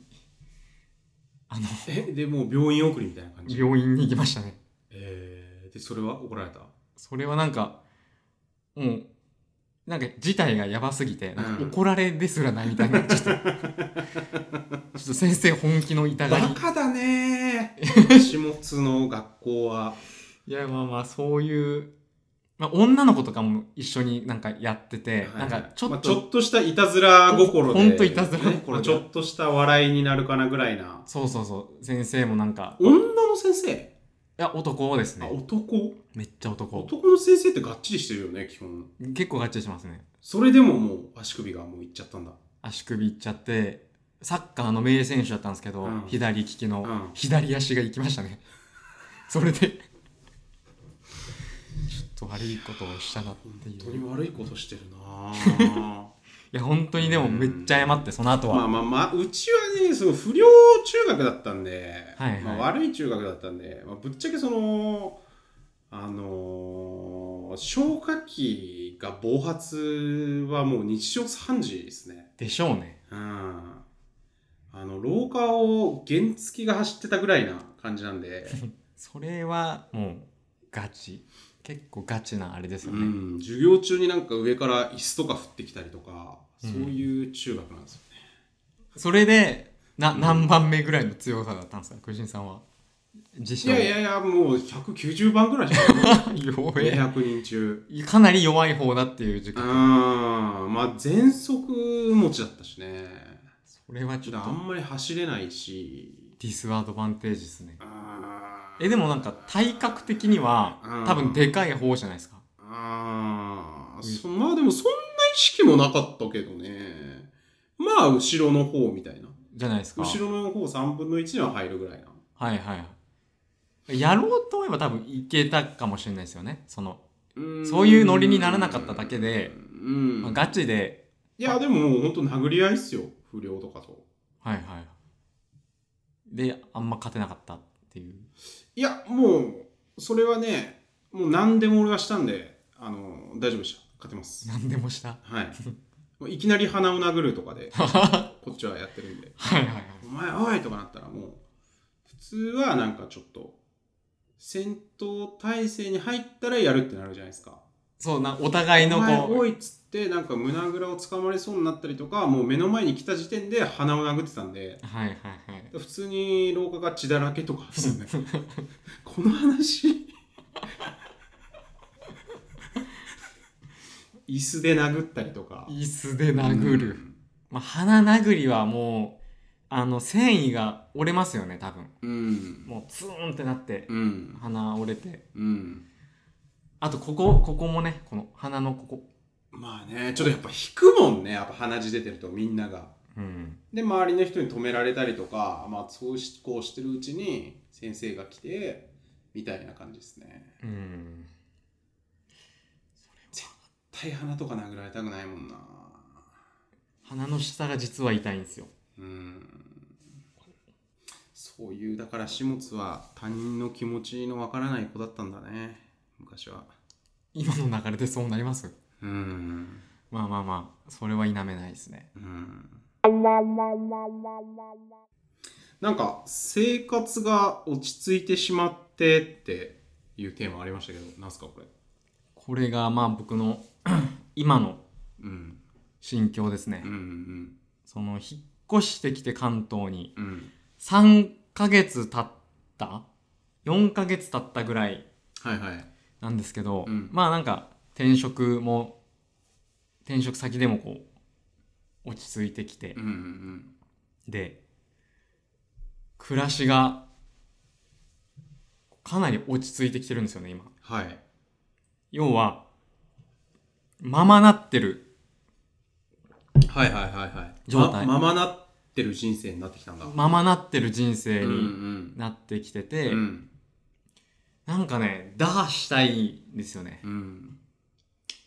S1: あの
S2: えでもう病院送りみたいな感じ
S1: 病院に行きましたね
S2: えーでそれは怒られた
S1: それはなんかもうなんか事態がやばすぎてなんか
S2: うん
S1: 怒られですらないみた いになっちゃった、ちょっと先生本気の痛がり
S2: バカだね ー下津の学校はい
S1: やまあまあそういう、まあ、女の子とかも一緒になんかやってて、
S2: は
S1: な
S2: い
S1: んかちょっと,、
S2: まあちょっとしたいたずら心で
S1: ほんといたずら心で
S2: ねこのちょっとした笑いになるかなぐらいな
S1: そうそうそう先生もなんかい
S2: 女の先生
S1: や男です
S2: あ
S1: ね
S2: 男
S1: めっちゃ男
S2: 男の先生ってがっちりしてるよね基本
S1: 結構ガッチリしますね
S2: それでももう足首がもういっちゃったんだ
S1: 足首いっちゃってサッカーの名選手だったんですけど、
S2: うん
S1: 左利きの、
S2: うん
S1: 左足が行きましたね それでちょっと悪いことをしたなってい
S2: 本
S1: う
S2: 当に悪いことしてるなぁ
S1: いや本当にでもめっちゃ謝ってその後は、
S2: まあまあまあうちはねその不良中学だったんで、
S1: はいはい
S2: まあ、悪い中学だったんで、まあ、ぶっちゃけそのあのー消化器が暴発はもう日常茶飯事ですね
S1: でしょうね
S2: うんあの廊下を原付きが走ってたぐらいな感じなんで、
S1: それはもうガチ結構ガチなあれです
S2: う
S1: よね、
S2: ん、授業中になんか上から椅子とか降ってきたりとか、
S1: うん
S2: そういう中学なんですよね
S1: それでな、
S2: うん
S1: 何番目ぐらいの強さだったんですかクジンさんは自
S2: い
S1: 信は
S2: やいやいやもう190番ぐらいじゃな い
S1: 弱え
S2: 200人中
S1: かなり弱い方だっていう時
S2: う
S1: 間
S2: んまあ全速持ちだったしね
S1: それはち
S2: ち
S1: ょ
S2: ょっ
S1: っ
S2: とあ
S1: と
S2: んまり走れないし
S1: ディスアドバンテージですね
S2: あー
S1: えでもなんか体格的には
S2: うん
S1: 多分でかい方じゃないですか
S2: あーそまあでもそんな意識もなかったけどねまあ後ろの方みたいな
S1: じゃないですか
S2: 後ろの方3分の1には入るぐらいな
S1: はいはいやろうと思えば多分いけたかもしれないですよねその、
S2: うん
S1: そういうノリにならなかっただけで
S2: うん、
S1: まあガチで
S2: いやでももうほんと殴り合いっすよ不良とかと
S1: はいはいであんま勝てなかったっていう
S2: いやもうそれはねもう何でも俺がしたんであの大丈夫でした勝てます
S1: 何でもした
S2: はい。もういきなり鼻を殴るとか で、
S1: は
S2: こっちはやってるんで、
S1: いはいはい
S2: お前、おいとかなったらもう、普通はなんかちょっと、戦闘態勢に入ったらやるってなるじゃないですか。
S1: そうなお互い
S2: お
S1: の
S2: 前、
S1: こ
S2: おいっつって、なんか胸ぐらをつかまれそうになったりとか、もう目の前に来た時点で鼻を殴ってたんで、
S1: うはいはいはい
S2: 普通に廊下が血だらけとかですよね。 この話、椅子で殴ったりとか。
S1: 椅子で殴る、
S2: うん
S1: まあ、鼻殴りはもうあの繊維が折れますよね多分
S2: うん
S1: もうツーンってなって
S2: うん
S1: 鼻折れて
S2: うん
S1: あとここここもねこの鼻のここ
S2: まあねちょっとやっぱ引くもんねやっぱ鼻血出てるとみんなが
S1: うん
S2: で周りの人に止められたりとか、まあ、そうしこうしてるうちに先生が来てみたいな感じですね
S1: うん
S2: 大鼻とか殴られたくないもんな
S1: 鼻の下が実は痛いんですよ
S2: うんそういうだから始末は他人の気持ちのわからない子だったんだね昔は
S1: 今の流れでそうなります
S2: うん
S1: まあまあまあそれは否めないですね
S2: うんなんか生活が落ち着いてしまってっていうテーマありましたけどなんすかこれ
S1: これがまあ僕の 今の
S2: うん
S1: 心境ですね、
S2: うんうん
S1: その引っ越してきて関東に
S2: うん
S1: 3ヶ月経った4ヶ月経ったぐらい
S2: はいはい
S1: なんですけど、
S2: うん
S1: まあなんか転職も転職先でもこう落ち着いてきて、
S2: うんうん
S1: で暮らしがかなり落ち着いてきてるんですよね今
S2: はい
S1: 要はままなってる
S2: はいはいはいはい
S1: 状態
S2: ままなってる人生になってきたんだ、
S1: ままなってる人
S2: う
S1: 生
S2: んう
S1: に
S2: ん
S1: なってきてて、
S2: うん
S1: なんかね打破したいんですよね、
S2: うん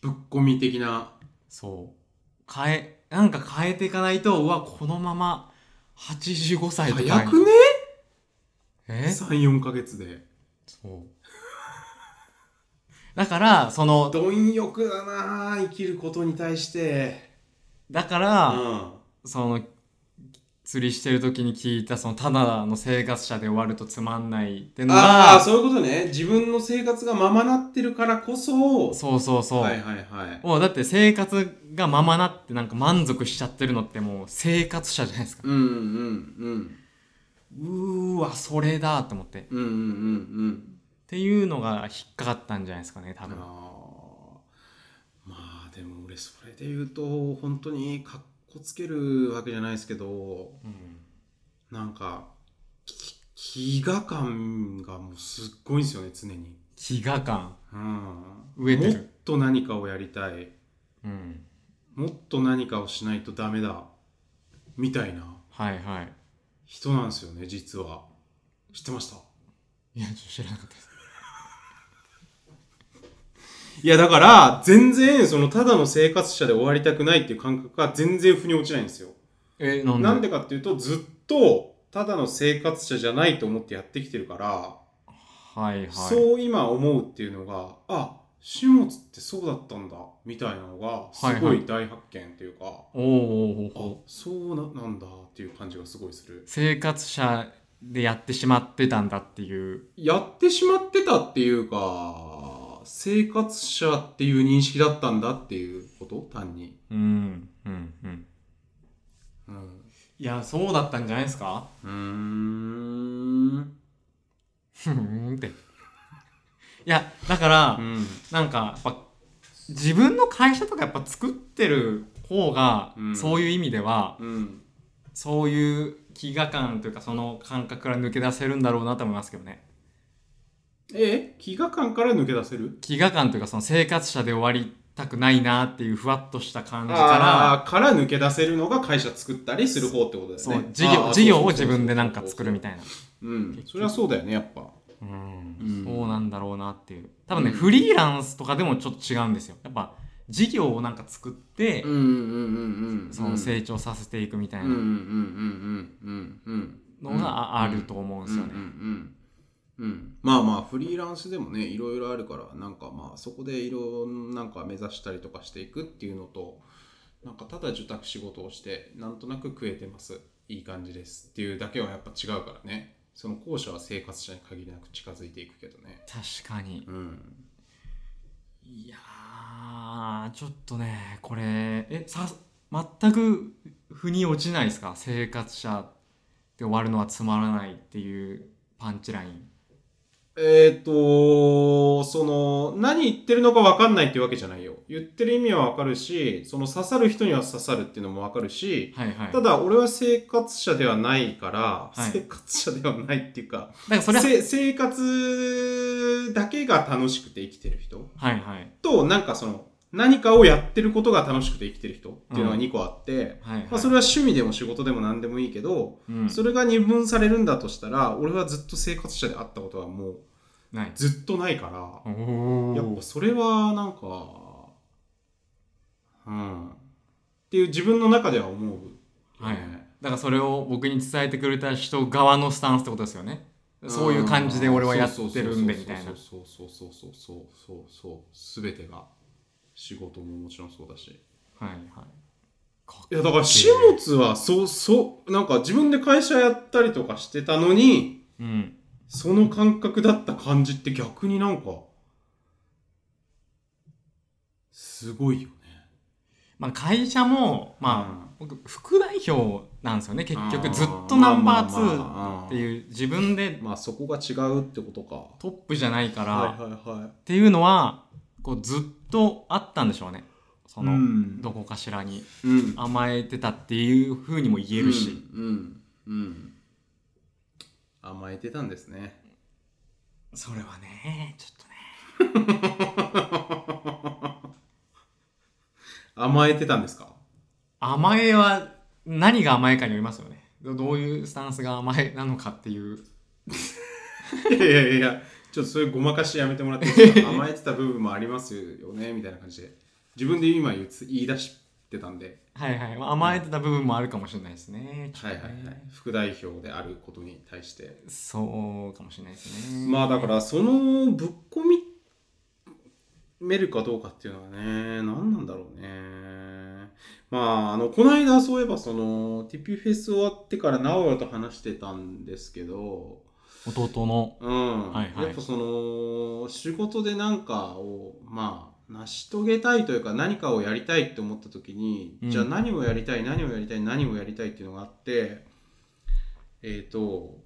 S2: ぶっ込み的な
S1: そう変えなんか変えていかないとうわこのまま85歳とか
S2: 早くね
S1: え
S2: 34ヶ月で
S1: そうだからその
S2: 貪欲だなあ生きることに対して
S1: だか
S2: う
S1: ら、
S2: ん
S1: その釣りしてる時に聞いたそのただの生活者で終わるとつまんないっての
S2: ああ
S1: が
S2: そういうことね自分の生活がままなってるからこそ
S1: そうそうそう、
S2: はいはいはい
S1: もうだって生活がままなってなんか満足しちゃってるのってもう生活者じゃないですか
S2: うんうんうん
S1: うーわそれだと思ってっ
S2: うんうんうんうん
S1: ていうのが引っかかったんじゃないですかね多
S2: あ
S1: 分
S2: のーまあでも俺それで言うと本当にかっこつけるわけじゃないですけど
S1: うん
S2: なんかき飢餓感がもうすっごいんですよね常に
S1: 飢餓感
S2: うん
S1: 飢えてる
S2: もっと何かをやりたい
S1: うん
S2: もっと何かをしないとダメだみたいな
S1: はいはい
S2: 人なんですよね実は知ってました
S1: いやちょっと知らなかったです
S2: いやだから全然そのただの生活者で終わりたくないっていう感覚が全然腑に落ちないんですよ、
S1: えなんで
S2: なんでかっていうとずっとただの生活者じゃないと思ってやってきてるから、
S1: はいはい
S2: そう今思うっていうのがあ始末ってそうだったんだみたいなのがすごい大発見っていうか、
S1: おーおーおーおー
S2: あそうななんだっていう感じがすごいする
S1: 生活者でやってしまってたんだっていう
S2: やってしまってたっていうか生活者っていう認識だったんだっていうこと単に、
S1: うんうんうん
S2: うん
S1: いやそうだったんじゃないですか
S2: うーん。
S1: ふーんっていやだから、
S2: うん。
S1: なんかやっぱ自分の会社とかやっぱ作ってる方が、
S2: うん
S1: そういう意味では
S2: うん。
S1: そういう飢餓感というかその感覚から抜け出せるんだろうなと思いますけどね
S2: え飢餓感から抜け出せる
S1: 飢餓感というかその生活者で終わりたくないなっていうふわっとした感じから
S2: ああ、から抜け出せるのが会社作ったりする方ってことです
S1: そ
S2: ね
S1: う。事業事業を自分でなんんか作るみたいな
S2: な。うん。それはそうだよね、やっぱ。
S1: うん
S2: うん
S1: そうなんだろうなっていう多分ね、
S2: うん
S1: フリーランスとかでもちょっと違うんですよやっぱ事業をなんか作って、
S2: うんうんうんうん。
S1: その成長させていくみたい
S2: うんうんうん
S1: な
S2: うんうんうん。
S1: のがあ
S2: うん
S1: あると思うんですよね、
S2: うんうんうんうん、まあまあフリーランスでもねいろいろあるからなんかまあそこでいろんなんか目指したりとかしていくっていうのとなんかただ受託仕事をしてなんとなく食えてますいい感じですっていうだけはやっぱ違うからねその後者は生活者に限りなく近づいていくけどね
S1: 確かに
S2: うん
S1: いやーちょっとねこれえさ全く腑に落ちないですか生活者で終わるのはつまらないっていうパンチライン
S2: えーっと、その、何言ってるのか分かんないっていうわけじゃないよ。言ってる意味は分かるし、その刺さる人には刺さるっていうのも分かるし、
S1: はいはい。
S2: ただ俺は生活者ではないから、
S1: い
S2: 生活者ではないっていうか、
S1: だからそれは、
S2: せ生活だけが楽しくて生きてる人
S1: はいはい。
S2: と、なんかその、何かをやってることが楽しくて生きてる人っていうのが
S1: うん
S2: 2個あって、
S1: はい、はい。
S2: まあ、それは趣味でも仕事でも何でもいいけど、
S1: うん、
S2: それが二分されるんだとしたら、俺はずっと生活者であったことはもう、
S1: ない。
S2: ずっとないか
S1: お
S2: ら、やっ
S1: ー
S2: ぱそれはなんか、うん。っていう自分の中では思う。
S1: はい。だからそれを僕に伝えてくれた人側のスタンスってことですよね。そういう感じで俺はやってるんでみたいな。
S2: そうそうそうそうそうそうそうそう。全てが。仕事ももちろんそうだし。
S1: はいはい。
S2: いやだから、始末は、そうそう、なんか自分で会社やったりとかしてたのに、
S1: うん。
S2: その感覚だった感じって逆になんか、すごいよね。
S1: まあ会社も、まあ、
S2: あ、
S1: 僕、副代表なんですよね。結局ずっとナンバー2って
S2: う。
S1: いう自分で
S2: まあそこが違うってことか。
S1: トップじゃないから、
S2: はいはいはい。
S1: っていうのは、こうずっとあったんでしょうね。その、
S2: うん
S1: どこかしらに
S2: うん。
S1: 甘えてたっていうふうにも言えるし。
S2: うん。うん。うん甘えてたんですね。
S1: それはね、ちょっとね。
S2: 甘えてたんですか
S1: 甘えは何が甘えかによりますよねどどういうスタンスが甘えなのかっていう
S2: いやいやいや、ちょっとそういうごまかしやめてもらっていいですか 甘えてた部分もありますよね、みたいな感じで。自分で今言い言い出してたんで、
S1: はいはいまあ甘えてた部分もあるかもしれないですね
S2: はいはいは
S1: ちょっと
S2: い
S1: ね。
S2: 副代表であることに対して。
S1: そうかもしれないですね
S2: まあだからそのぶっ込みめるかどうかっていうのはね何なんだろうねまああのこの間そういえばその TP フェス終わってから直哉と話してたんですけど
S1: 弟の
S2: うん、
S1: はいはい
S2: やっぱその仕事で何かをまあ成し遂げたいというか何かをやりたいって思った時に、
S1: うん
S2: じゃあ何をやりたい何をやりたい何をやりたいっていうのがあってえっ、と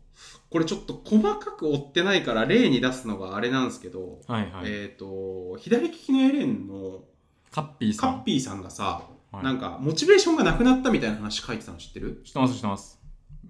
S2: これちょっと細かく追ってないから例に出すのがあれなんですけど、
S1: はいはい、
S2: えっ、と左利きのエレンの
S1: カッピーさ
S2: カ
S1: ん
S2: ッピーさんがさ、
S1: はい
S2: なんかモチベーションがなくなったみたいな話書いてたの知ってる
S1: 知ってます知ってます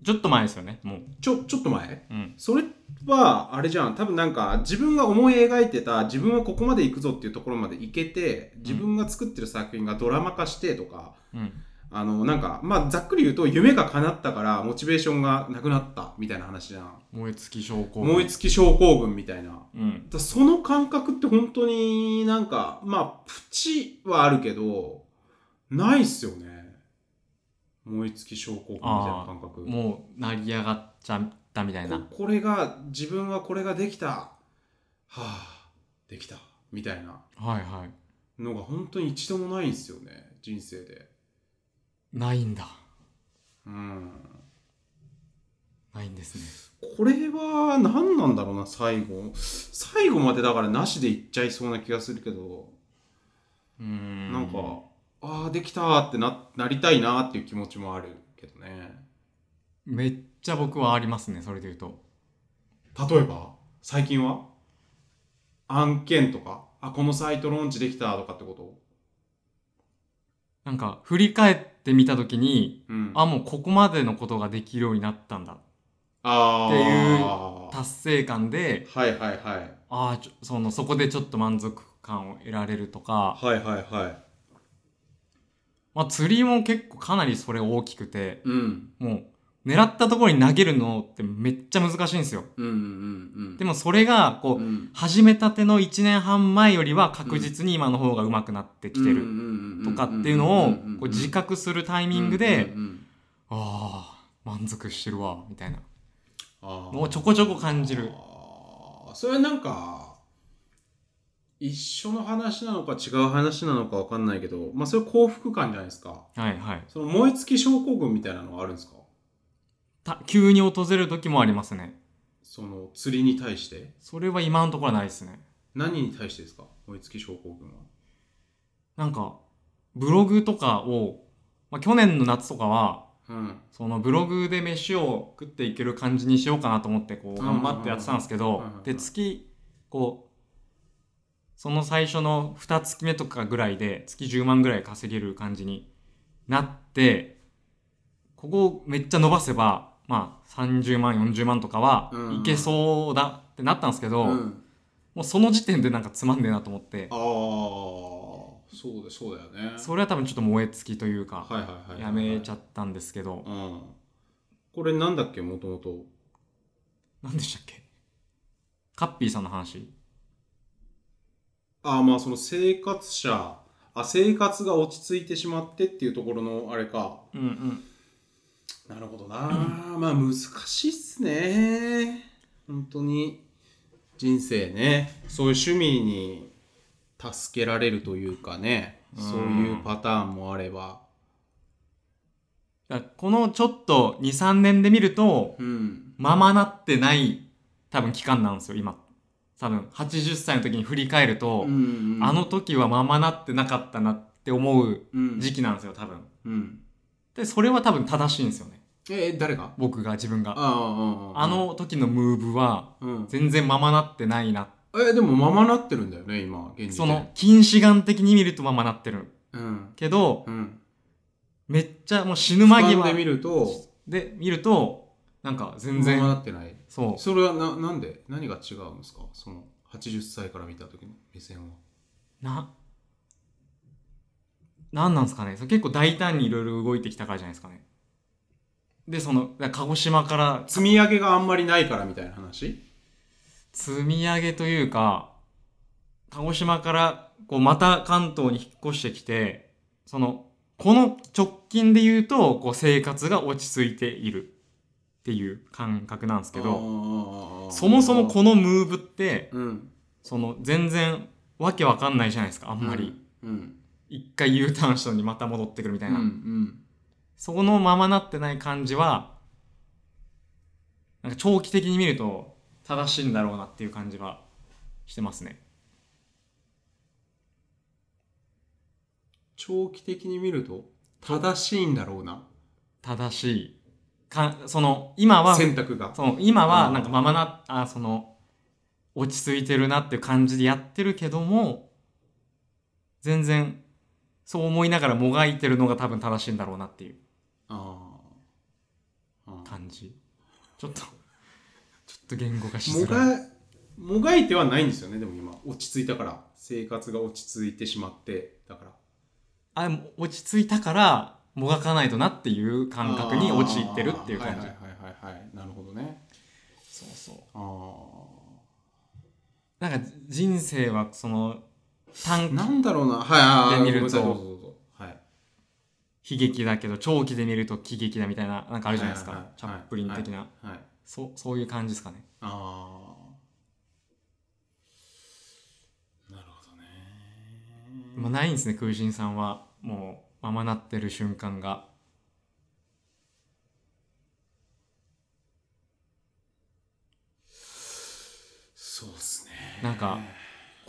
S1: ちょっと前ですよねもう
S2: ちょちょっと前
S1: うん
S2: それはあれじゃん多分なんか自分が思い描いてた自分はここまで行くぞっていうところまで行けて自分が作ってる作品がドラマ化してとか、
S1: うん
S2: あのなんかまあざっくり言うと夢が叶ったからモチベーションがなくなったみたいな話じゃん
S1: 燃え尽き症候群
S2: 燃え尽き症候群みたいなだか
S1: うん
S2: らその感覚って本当になんかまあプチはあるけどないっすよね燃え尽き症候群みたいな感覚
S1: もう成り上がっちゃったみたいな
S2: ここれが自分はこれができたはあできたみたいな
S1: はいはい
S2: のが本当に一度もないんですよね人生で
S1: ないんだ
S2: うん
S1: ないんですね
S2: これは何なんだろうな最後最後までだからなしでいっちゃいそうな気がするけど、
S1: うーん
S2: なんかああできたってななりたいなっていう気持ちもあるけどね
S1: めっちゃ僕はありますねそれで言うと
S2: 例えば最近は案件とかあこのサイトローンチできたとかってこと
S1: なんか振り返ってみた時に
S2: うん
S1: あもうここまでのことができるようになったんだ
S2: あ
S1: っていう
S2: ー
S1: 達成感で
S2: はいはいはい
S1: ああそのそこでちょっと満足感を得られるとか、
S2: はいはいはい
S1: まあ、釣りも結構かなりそれ大きくて
S2: うん
S1: もう狙ったところに投げるのってめっちゃ難しいんですよ
S2: うんうんうん
S1: でもそれがこう、
S2: うん
S1: 始めたての1年半前よりは確実に今の方が上手くなってきてるとかっていうのをこう自
S2: タ
S1: 覚するタイミングでああ満足してるわみたいなのをちょこちょこ感じる
S2: それはなんか一緒の話なのか違う話なのかわかんないけどまあそれ幸福感じゃないですか
S1: はいはい
S2: その燃え尽き症候群みたいなのはあるんですか
S1: た急に訪れる時もありますね
S2: その釣りに対して
S1: それは今のところはないですね
S2: 何に対してですか燃え尽き症候群は
S1: なんかブログとかを、まあ、去年の夏とかは
S2: うん
S1: そのブログで飯を食っていける感じにしようかなと思ってこう
S2: うんうんう
S1: 頑
S2: ん
S1: 張ってやってたんですけ
S2: うん
S1: ど
S2: うんうん
S1: で月こうその最初の2月目とかぐらいで月10万ぐらい稼げる感じになってここをめっちゃ伸ばせばまあ30万40万とかは
S2: うんうん
S1: いけそうだってなったんですけど、
S2: うん
S1: もうその時点でなんかつまんねえなと思って
S2: ああそうだそうだよね
S1: それは多分ちょっと燃え尽きというか、
S2: はいはいはいはい
S1: やめちゃ
S2: っ
S1: ったんですけど、
S2: うんこれなんだっけもともと
S1: 何でしたっけカッピーさんの話
S2: ああまあその生活者あ生活が落ち着いてしまってっていうところのあれか
S1: うんうん
S2: なるほどなまあ難しいっすね本当に人生ねそういう趣味に助けられるというかね
S1: うん
S2: そういうパターンもあれば
S1: だからこのちょっと23年で見ると
S2: うん
S1: ままなってない多分期間なんですよ今多分80歳の時に振り返ると、
S2: うん
S1: あの時はままなってなかったなって思う
S2: うん
S1: 時期なんですよ多分
S2: うん
S1: でそれは多分正しいんですよね
S2: え誰が
S1: 僕が自分が
S2: ああ
S1: あ、の時のムーブは
S2: うん、
S1: 全然ままなってないな
S2: えでもままなってるんだよね今現時点
S1: その近視眼的に見るとままなってる
S2: うん
S1: けど
S2: うん
S1: めっちゃもう死ぬ間
S2: 俯瞰
S1: 際
S2: で見ると
S1: で見るとなんか全
S2: ま
S1: 然、
S2: まなってない
S1: そう
S2: それはななんで何が違うんですかその80歳から見た時の目線は
S1: な、なんなんですかね。それ結構大胆にいろいろ動いてきたからじゃないですかね。で、その、だから鹿児島から
S2: 積み上げがあんまりないからみたいな話
S1: 積み上げというか、鹿児島からこうまた関東に引っ越してきて、その、この直近で言うと、こう生活が落ち着いているっていう感覚なんですけど、
S2: ど
S1: そもそもこのムーブって、
S2: うん
S1: その全然わけわかんないじゃないですか、あんまり。
S2: うん
S1: 一回 U ターンしたのにまた戻ってくるみた
S2: う
S1: いな。
S2: ん
S1: そこのままなってない感じは、なんか長期的に見ると正しいんだろうなっていう感じはしてますね。
S2: 長期的に見ると正しいんだろうな
S1: 正しい。かその、今は、
S2: 選択が
S1: その今
S2: う
S1: は
S2: ん
S1: なんかままな、あ、その、落ち着いてるなっていう感じでやってるけども、全然、そう思いながらもがいてるのが多分正しいんだろうなっていう
S2: あーあー
S1: 感じ。ちょっと、ちょっと言語化し
S2: も
S1: づらい。
S2: がもがいてはないんですよねでも今落ち着いたから生活が落ち着いてしまってだから
S1: あもう落ち着いたからもがかないとなっていう感覚に陥ってるっていう感じ、
S2: あーはいはいはいはいはいなるほどね
S1: そうそう
S2: あ
S1: なんか人生はその短
S2: ー
S1: 期
S2: なんだろうなはいあー
S1: で見ると
S2: ごめんなさいどうぞどうぞはい
S1: 悲劇だけど長期で見ると喜劇だみたいななんかあるじゃないですか、
S2: はいはいはい
S1: チャップリン的な、
S2: はい
S1: そうそういう感じですかね
S2: ああなるほどね
S1: まあないんですね空心さんはもうままなってる瞬間が
S2: そうっすね
S1: なんか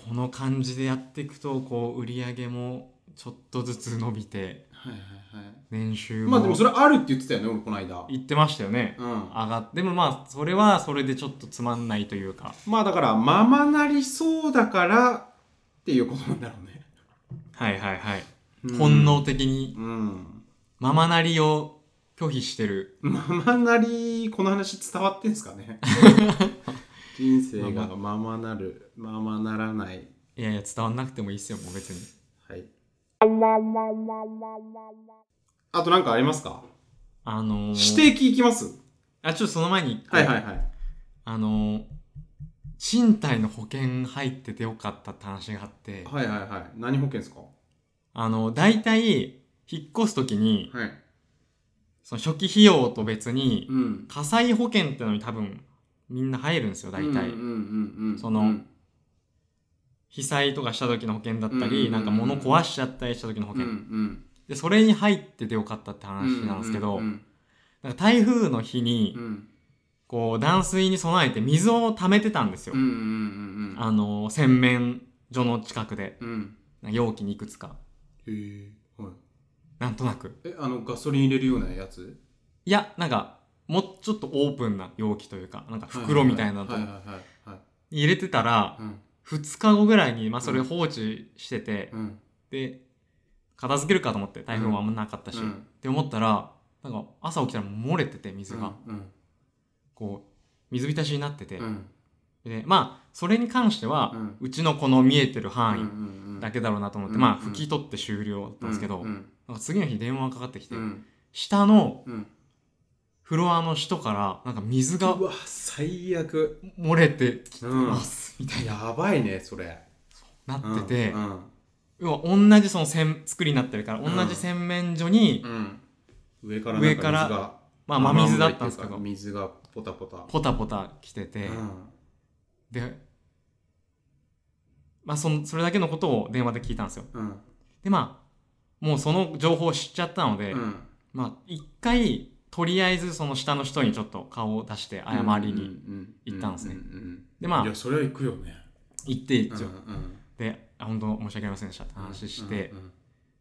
S1: この感じでやっていくとこう売り上げもちょっとずつ伸びて
S2: はいはいはい
S1: 年収
S2: まあで
S1: も
S2: もそれあるって言ってたよね俺この間
S1: 言ってましたよね
S2: うん
S1: 上がってでもまあそれはそれでちょっとつまんないというか
S2: まあだからままなりそうだからっていうことなんだろうね
S1: はいはいはい、
S2: うん
S1: 本能的に
S2: うん
S1: ママなりを拒否してる
S2: ままなりこの話伝わってんすか ね人生がままなるままならない
S1: いやいや伝わんなくてもいいっすよもう別に
S2: はいあと何かありますか
S1: あのー、
S2: 指摘いきます
S1: あちょっとその前に
S2: はいはいはい
S1: あのー賃貸の保険入っててよかったって話があって、
S2: はいはいはい。何保険ですか
S1: あのー、大体、引っ越すときに、
S2: はい。
S1: その初期費用と別に、
S2: うん。
S1: 火災保険ってのに多分、みんな入るんですよ、大体。
S2: うんうんうんうん。
S1: その
S2: うん
S1: 被災とかした時の保険だった
S2: うんうんうんう
S1: り、
S2: ん
S1: なんか物壊しちゃったりした時の保
S2: うんう
S1: 険。
S2: ん。
S1: で、それに入っててよかったって話なんですけど、
S2: うんうん
S1: なんか台風の日に
S2: う、ん
S1: こう、断水に備えて水を溜めてたんですよ
S2: うんうん。うんうん。
S1: あの、洗面所の近くで、
S2: うん。
S1: 容器にいくつか。
S2: へえ。はい。
S1: なんとなく
S2: えあのガソリン入れるようなやつ
S1: いやなんかもうちょっとオープンな容器というかなんか袋みたいなのと
S2: はいはいはいはい
S1: に入れてたら
S2: うん
S1: 2日後ぐらいに、まあ、それ放置してて、
S2: うん
S1: で片付けるかと思って台風もあんまなかったし、
S2: うん
S1: って思ったらなんか朝起きたら漏れてて水が、
S2: うん
S1: こう水浸しになってて、
S2: うん
S1: でまあそれに関しては、
S2: う
S1: うんちのこの見えてる範
S2: うん
S1: 囲
S2: うんうん
S1: だけだろうなと思って、
S2: うん
S1: まあ
S2: う
S1: 拭
S2: ん
S1: き取って終了だったんですけど、
S2: うん
S1: なんか次の日電話がかかってきて、
S2: うん
S1: 下の
S2: うん
S1: フロアの人からなんか水が
S2: うわ最悪
S1: 漏れてきて
S2: うん
S1: ますみたいな、
S2: やばいねそれ
S1: なってて、
S2: うん
S1: 要は同じその洗作りになってるから
S2: うん
S1: 同じ洗面所に、
S2: うん上から
S1: 上から
S2: なん水が
S1: まあ真水だったんですけ
S2: 雨
S1: ど
S2: 漏りっていうか水がポタポタ
S1: ポタポタ来てて、
S2: うん
S1: でまあそのそれだけのことを電話で聞いたんですよ
S2: うん
S1: でまあもうその情報を知っちゃったので、
S2: うん
S1: まあ一回とりあえずその下の人にちょっと顔を出して謝りに、行ったんですね
S2: うううん
S1: でま
S2: いや
S1: あ
S2: それは行くよね
S1: 行って一応、
S2: うん
S1: であ本当申し訳ありませんでしたって話して、
S2: うんうん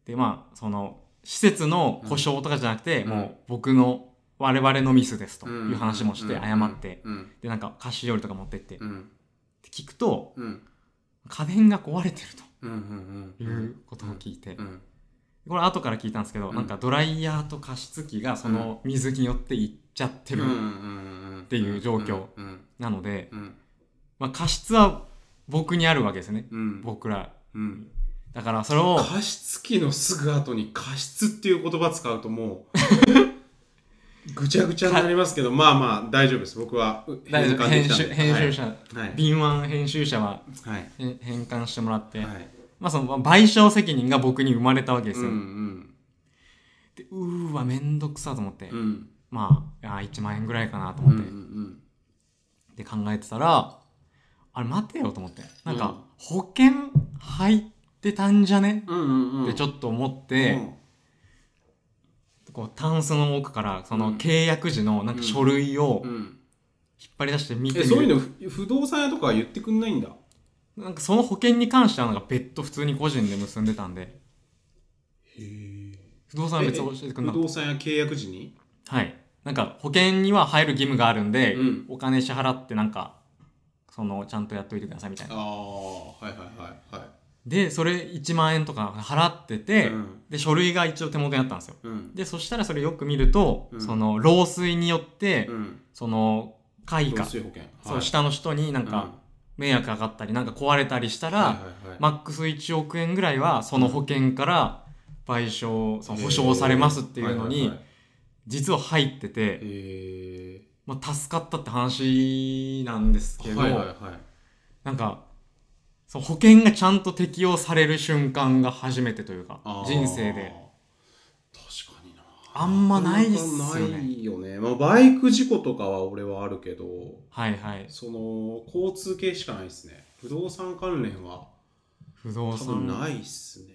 S1: でまあその施設の故障とかじゃなくて、
S2: うん
S1: もう僕の我々のミスですと
S2: うん
S1: いう話もして謝って、
S2: うん
S1: でなんか菓子料理とか持ってって、
S2: う
S1: っ
S2: ん
S1: て聞くと
S2: うん
S1: 家電が壊れてる
S2: うんうん
S1: と
S2: うん
S1: いうことを聞いて、
S2: うん
S1: これ後から聞いたんですけど、
S2: うん
S1: なんかドライヤーと加湿器がその水によっていっちゃってる、
S2: って
S1: いう状況
S2: うん
S1: なので、
S2: うん
S1: まあ、加湿は僕にあるわけですね
S2: うん
S1: 僕ら
S2: うん
S1: だからそれを
S2: 加湿器のすぐ後に加湿っていう言葉使うとも うぐちゃぐちゃになりますけどまあまあ大丈夫です僕はう
S1: 大丈夫編
S2: 変換できたん
S1: 集
S2: で
S1: 編集者、
S2: はいはい
S1: 敏腕編集者は
S2: はい
S1: へ変換してもらって、
S2: はい
S1: まあその賠償責任が僕に生まれたわけです
S2: うんう
S1: よ、
S2: ん
S1: でうーわめんどくさと思って、
S2: うん
S1: まああー1万円ぐらいかなと
S2: うんう
S1: 思
S2: んう
S1: って、で
S2: ん
S1: 考えてたらあれ待てよと思ってなん
S2: うん
S1: か保険入ってたんじゃね
S2: うんうんうん
S1: ってちょっと思って、
S2: うん
S1: こうタンスの奥からそ
S2: うん
S1: の契約時のなんか書類を
S2: うん
S1: 引っ張り出して見て
S2: え
S1: み
S2: そうい
S1: る、
S2: うのふ不動産屋とかは言ってくんないんだ
S1: なんかその保険に関してはなんか別途普通に個人で結んでたんで
S2: へえ
S1: 不動産は別に教えてくん
S2: 不
S1: なかっ
S2: 動産屋契約時に
S1: たはいなんか保険には入る義務があるんで、
S2: うん
S1: お金支払ってなんかそのちゃんとやっといてくださいみたい
S2: あ
S1: な
S2: あはいはいはいは
S1: でそれ1万円とか払って
S2: い
S1: て、
S2: うん
S1: で書類が一応手元にあったんですよ
S2: うん
S1: でそしたらそれよく見ると、
S2: うん
S1: その漏水によって、
S2: うん
S1: その
S2: 老
S1: 会
S2: 衰
S1: か
S2: 保険はい
S1: そう下の人になん
S2: う
S1: か迷惑かかったりなんか壊れたりしたら、
S2: はいはいはい
S1: マックス1億円ぐらいはその保険から賠償その保証されますっていうの
S2: はいは
S1: に
S2: いはい
S1: 実は入ってて、
S2: へ
S1: まあ、助かったって話なんですけ
S2: ー
S1: ど、
S2: はいはいはい
S1: なんかその保険がちゃんと適用される瞬間が初めてというか
S2: あー
S1: 人生で
S2: 確かにな
S1: あんまないっすよね
S2: なかなかないよね、まあ、バイク事故とかは俺はあるけど
S1: はいはい
S2: その交通系しかないですね不動産関連は
S1: 不動
S2: 多分
S1: 産
S2: ないっすね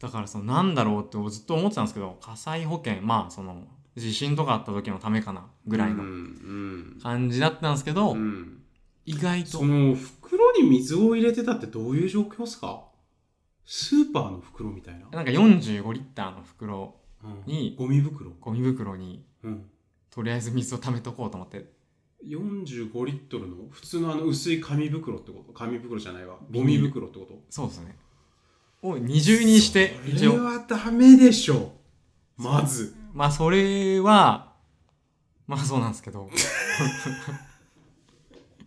S1: だからそのなんだろうってずっと思ってたんですけど火災保険まあその地震とかあった時のためかなぐらい
S2: うん
S1: の感じだったんですけど、
S2: うんうん
S1: 意外と
S2: その袋に水を入れてたってどういう状況っすかスーパーの袋みたいな、
S1: なんか45リッターの袋
S2: うん
S1: に
S2: ゴミ袋、
S1: ゴミ袋に
S2: うん、
S1: とりあえず水を溜めとこうと思って
S2: 45リットルの普通のあの薄い紙袋ってこと紙袋じゃないわゴミ袋ってこと
S1: そうですねを二重にして一
S2: それ
S1: 応
S2: はダメでしょまず
S1: まあそれはまあそうなんですけど
S2: これはあ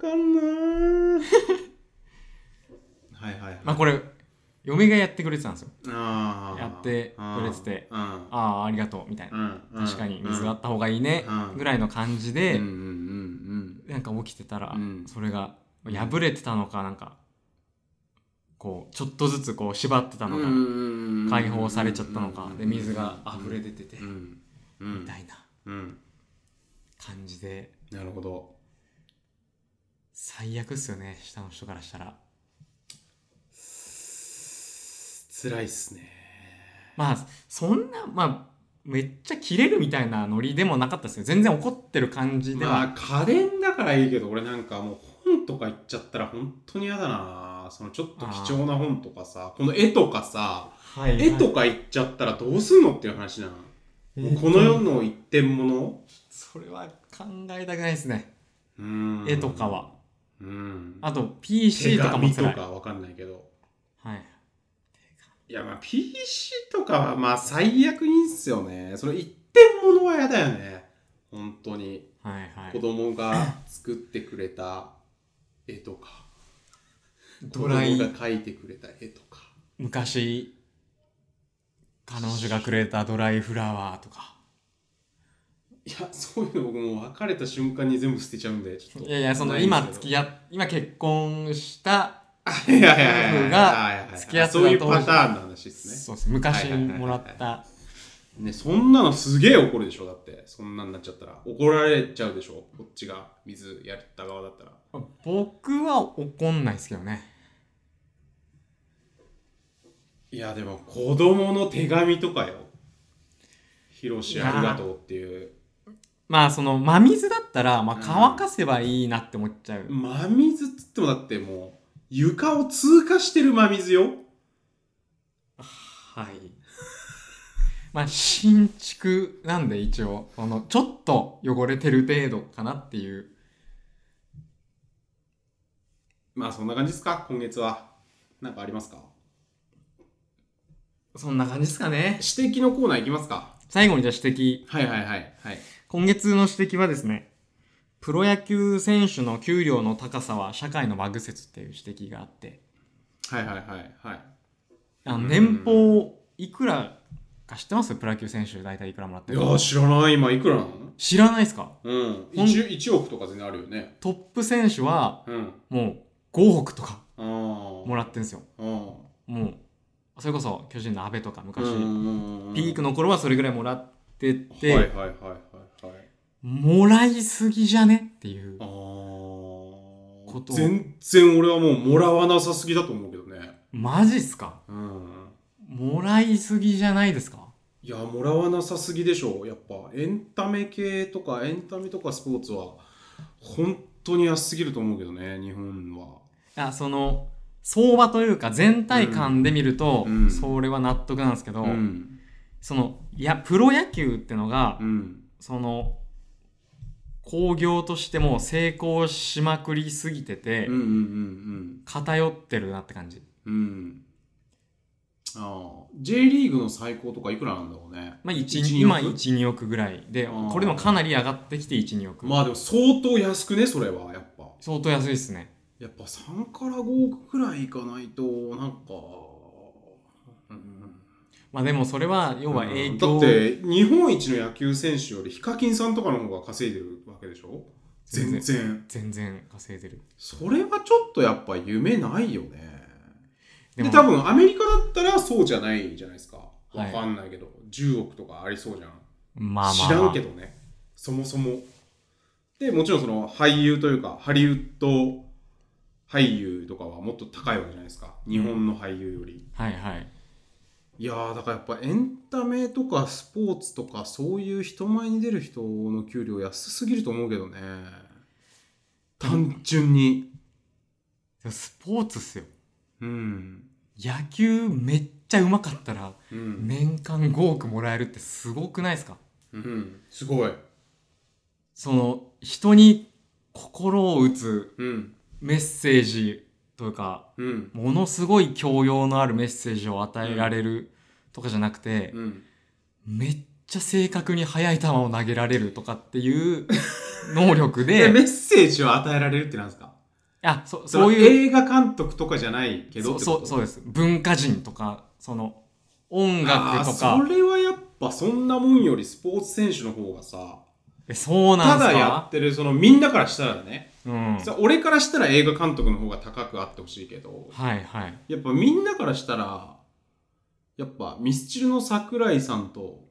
S2: かんなーはいはいはい、
S1: まあこれ嫁がやってくれてたんですよ
S2: あー
S1: やってくれてて
S2: うんうん
S1: ああありがとうみたいな
S2: うん
S1: 確かに水があ
S2: っ
S1: った方がいいね
S2: うん
S1: ぐらいの感じ
S2: て
S1: で
S2: うんうんうん
S1: なんか起きてたら
S2: うん
S1: それが破れてたのかなんかこうちょっとずつこう縛ってた
S2: うん
S1: の
S2: う
S1: が
S2: んうんうん
S1: 解放されちゃったのかで水が
S2: うん
S1: 溢れ出てて
S2: うんう
S1: み
S2: ん
S1: たいな
S2: うん
S1: 感じで
S2: なるほど
S1: 最悪っすよね下の人からしたら
S2: 辛いっすね
S1: まあそんなまあめっちゃ切れるみたいなノリでもなかったですよ全然怒ってる感じでは、
S2: まあ家電だからいいけど俺なんかもう本とか行っちゃったら本当に嫌だなさそのちょっと貴重な本とかさこの絵とかさ
S1: はい
S2: 絵とか行っちゃったらどうすんのっていう話じゃん、もうこの世の一点物
S1: それは考えたくないですね
S2: うん
S1: 絵とかは
S2: うん
S1: あと
S2: 手
S1: PC とかも
S2: 紙と
S1: 辛い
S2: かわかんないけど
S1: はい
S2: いやまあ PC とかはまあ最悪いいんすよねその一点物は嫌だよね本当に
S1: はいはい
S2: 子供が作ってくれた絵とか
S1: ドライ
S2: 子供が描いてくれた絵とか
S1: 昔彼女がくれたドライフラワーとか
S2: いやそういうの僕もう別れた瞬間に全部捨てちゃうんでちょっと
S1: いやいやその今付
S2: 合
S1: き合っ今結婚した
S2: いやいやいやいや
S1: 夫婦が付き合ってた
S2: そういう
S1: 当
S2: パ
S1: 時
S2: ターンの話ですね
S1: そうです昔
S2: はいはいはいはい
S1: もらった
S2: ねそんなのすげえ怒るでしょだってそんなんなっちゃったら怒られちゃうでしょこっちが水やった側だったら
S1: 僕は怒んないですけどね
S2: いやでも子供の手紙とかよヒロシありがとうっていう
S1: まあその真水だったら、まあ、
S2: うん
S1: 乾かせばいいなって思っちゃう、
S2: 真水っつってもだってもう床を通過してる真水よ
S1: はい まあ新築なんで一応そのちょっと汚れてる程度かなっていう
S2: まあそんな感じですか今月はなんかありますか
S1: そんな感じですかね
S2: 指摘のコーナーいきますか
S1: 最後にじゃあ指摘
S2: はいはいはいはい
S1: 今月の指摘はですねプロ野球選手の給料の高さは社会のバグ説っていう指摘があって
S2: はいはいはいはい
S1: あ
S2: うん
S1: の年俸いくらか知ってますプロ野球選手大体いくらもらって
S2: い
S1: る
S2: や
S1: か
S2: ー知らない今いくらなの
S1: 知らないですか
S2: うん
S1: ほん
S2: 1, 1億とか全然あるよね
S1: トップ選手は
S2: うん
S1: もう5億とか
S2: ああも
S1: もらってるんですよ
S2: う
S1: もうそれこそ巨人の阿部とか昔、
S2: ん
S1: ピーク
S2: の
S1: の頃はそれぐらいもらってて、
S2: はいはいはいはいはい
S1: もらいすぎじゃねっていう
S2: あ
S1: こ
S2: ー
S1: と
S2: 全然俺はもうもらわなさすぎだと思うけどね
S1: マジっすか
S2: うん
S1: もらいすぎじゃないですか
S2: いやもらわなさすぎでしょやっぱエンタメ系とかエンタメとかスポーツは本当に安すぎると思うけどね日本は
S1: あその相場というか全体感で見ると、
S2: うん
S1: それは納得なんですけど、
S2: ん
S1: そのいやプロ野球ってのが、
S2: うん
S1: その興行としてもう成功しまくりすぎてて、
S2: うんうんうん
S1: 偏ってるなって感じ、
S2: うんうんああ J リーグの最高とかいくらなんだろうね
S1: まあ、1
S2: 1-2億
S1: 今12億ぐらいで
S2: あー
S1: これでもかなり上がってきて12億、
S2: まあでも相当安くねそれはやっぱ
S1: 相当安いですね
S2: やっぱ3から5億くらいいかないとなんかうん
S1: まあでもそれは要は影響、
S2: だって日本一の野球選手よりヒカキンさんとかの方が稼いでるわけでしょ
S1: 全
S2: 全
S1: 然
S2: 然
S1: 全然稼いでる
S2: それはちょっとやっぱ夢ないよねで
S1: も
S2: 多分アメリカだったらそうじゃないじゃないですかわ
S1: はい
S2: かんないけど、10億とかありそうじゃん、
S1: まあまあ、まあ、
S2: 知らんけどねそもそもでもちろんその俳優というかハリウッド俳優とかはもっと高いわけじゃないですか日本の俳優より、
S1: はいはい
S2: いやーだからやっぱエンタメとかスポーツとかそういう人前に出る人の給料安すぎると思うけどね単純に
S1: でもスポーツっすよ
S2: うん、
S1: 野球めっちゃうまかったら
S2: うん
S1: 年間5億もらえるってすごくないですか
S2: うん、すごい、
S1: その人に心を打つ
S2: うん
S1: メッセージというか
S2: うん
S1: ものすごい教養のあるメッセージを与えられるとかじゃなくて、
S2: うん、
S1: めっちゃ正確に速い球を投げられるとかっていう能力
S2: で
S1: で
S2: メッセージを与えられるってなんですか
S1: あそ
S2: そ
S1: そうう
S2: いう
S1: いう
S2: 映画監督とかじゃないけど
S1: そうそうそう
S2: う
S1: です文化人とかその音楽と
S2: そ
S1: か
S2: れはやっぱそんなもんよりスポーツ選手の方がさ
S1: えそうな
S2: た
S1: んです
S2: だ
S1: か
S2: やってるそのみんなからしたらね、
S1: うん、
S2: さ俺からしたら映画監督の方が高くあってほしいけど
S1: はいはい
S2: やっぱみんなからしたら、やっぱミスチルの桜井さんと、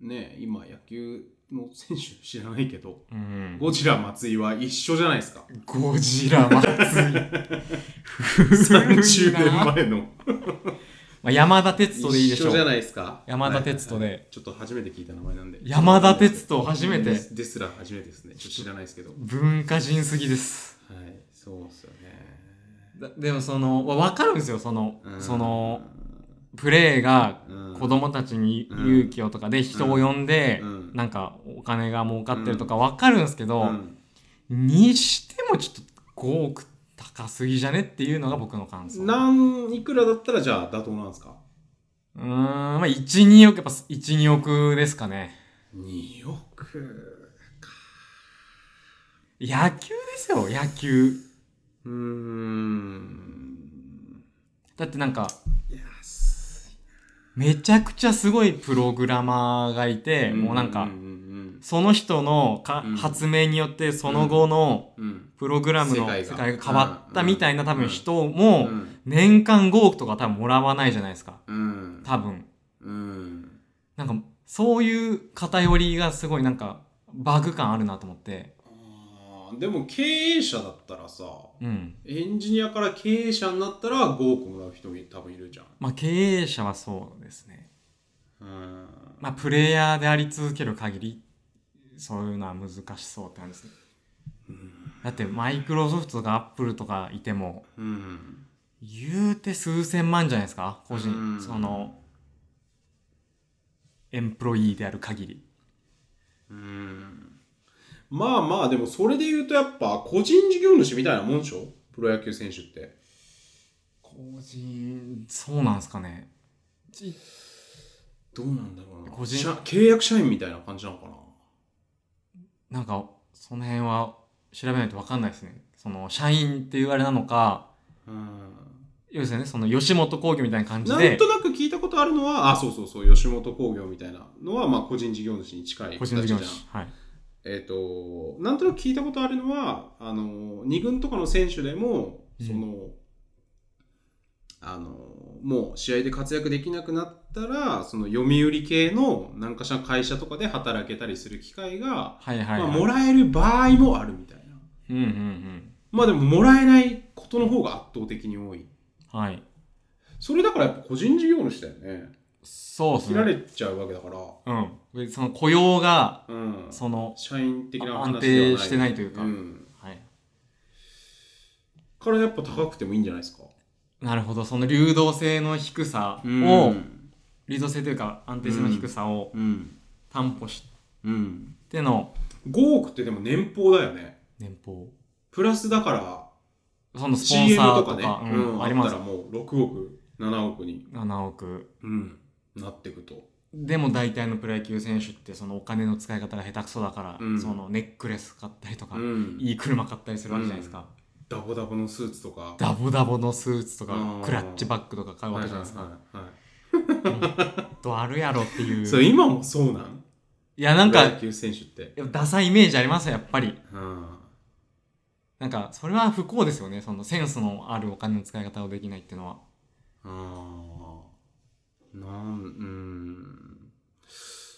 S2: ね、今野球の選手知らないけど、
S1: うん
S2: ゴジラ松井は一緒じゃないですか。
S1: ゴジラ松 井
S2: 30年
S1: ま
S2: 前の。
S1: あ、山田哲人でいい
S2: 一
S1: でしょ
S2: 緒じゃないですか。
S1: 山田哲人で
S2: はいはいはいちょっと初めて聞いた名前なんで。
S1: 山田哲人初めて
S2: ですですら初めてですね。ちょっと知らないですけど。は
S1: 文化人すぎです
S2: い、そうですよね。
S1: だでもそのわ分かるんですよその、
S2: うん
S1: そのプレーが
S2: うん
S1: 子供たちに
S2: うん
S1: 勇気をとかで人を呼んで、
S2: うん
S1: なんかお金が儲かってるとか分かるんですけど、
S2: うん
S1: にしてもちょっと5億高すぎじゃねっていうのが僕の感想う
S2: なんいくらだったらじゃあ妥当なんですか
S1: ーんまあ12億やっぱ12億ですかね
S2: 2億
S1: 野球ですよ野球
S2: うーん
S1: だってなんか
S2: 安い
S1: めちゃくちゃすごいプログラマーがいて、もうなん
S2: う
S1: か
S2: ん
S1: その人のか、
S2: うん
S1: 発明によってその後の
S2: うんうん
S1: プログラムの
S2: 世界が
S1: 世界が変わったみたいな
S2: うん
S1: 多分人
S2: う
S1: も
S2: ん
S1: 年間5億とか多分もらわないじゃないですか
S2: うん
S1: 多分
S2: うん
S1: なんかそういう偏りがすごいなんかバグ感あるなと思って
S2: あーでも経営者だったらさ
S1: うん
S2: エンジニアから経営者になったら5億もらう人も多分いるじゃん
S1: まあ経営者はそうですね
S2: うん
S1: まあプレイヤーであり続ける限りそういうのは難しそうって感じですねだってマイクロソフトとかアップルとかいても
S2: うん
S1: 言うて数千万じゃないですか個人、
S2: うん
S1: そのエンプロイーである限り
S2: うんまあまあでもそれで言うとやっぱ個人事業主みたいなもんでしょプロ野球選手って
S1: 個人そうなんですかねち
S2: どうなんだろうな
S1: 個人
S2: 社契約社員みたいな感じなのかな
S1: なんかその辺は調べないと分かんないですねその社員っていうあれなのか
S2: うん
S1: 要するにねその吉本興業みたいな感じ
S2: なん
S1: で
S2: となく聞いたことあるのは、あ、そうそうそう、吉本興業みたいなのは、まあ、個人事業主に近い
S1: 個人事業
S2: 形じ
S1: 主はい
S2: ゃん。えっ、と、なんとなく聞いたことあるのは、あの、2軍とかの選手でも、
S1: うん
S2: その、あの、もう試合で活躍できなくなったら、その読売系の何かしらの会社とかで働けたりする機会が、
S1: はいはい
S2: まあ、
S1: はい
S2: もらえる場合もあるみたいな。
S1: うんうんうん
S2: まあでも、もらえないことの方が圧倒的に多い。
S1: はい
S2: それだからやっぱ個人事業主だよね。
S1: そうです
S2: 切ら
S1: ね
S2: れちゃうわけだから。
S1: うんでその雇用が
S2: うん、
S1: その
S2: 社員的な
S1: 安
S2: 話では
S1: 定してないというか
S2: ん、
S1: はい
S2: からやっぱ高くてもいいんじゃないですか
S1: なるほどその流動性の低さを、
S2: うん
S1: 流動性というか安定性の低さを
S2: うん
S1: 担保し
S2: うん、
S1: ての
S2: 5億ってでも年俸だよね
S1: 年俸
S2: プラスだから
S1: そのスポン
S2: CM
S1: サー
S2: と
S1: と
S2: か
S1: か
S2: ね
S1: うん
S2: うん
S1: あり
S2: あ
S1: ま
S2: っ
S1: す
S2: たらもう6億7億に、
S1: 7億
S2: うん、なってくと
S1: でも大体のプロ野球選手ってそのお金の使い方が下手くそだから、
S2: うん
S1: そのネックレス買ったりとか、
S2: うん
S1: いい車買ったりするわけじゃないですか、
S2: ダボダボのスーツとか
S1: ダボダボのスーツとか
S2: うん
S1: クラッチバッグとか買うわけじゃないですか、
S2: はいはいはい
S1: とあるやろっていう
S2: そう
S1: い
S2: 今もそうなん
S1: やなん
S2: プロ
S1: か
S2: 野球選手って、
S1: ダサいイメージありますよやっぱり
S2: うん、
S1: なんかそれは不幸ですよねそのセンスのあるお金の使い方をできないっていうのは
S2: ああ、なん、うん。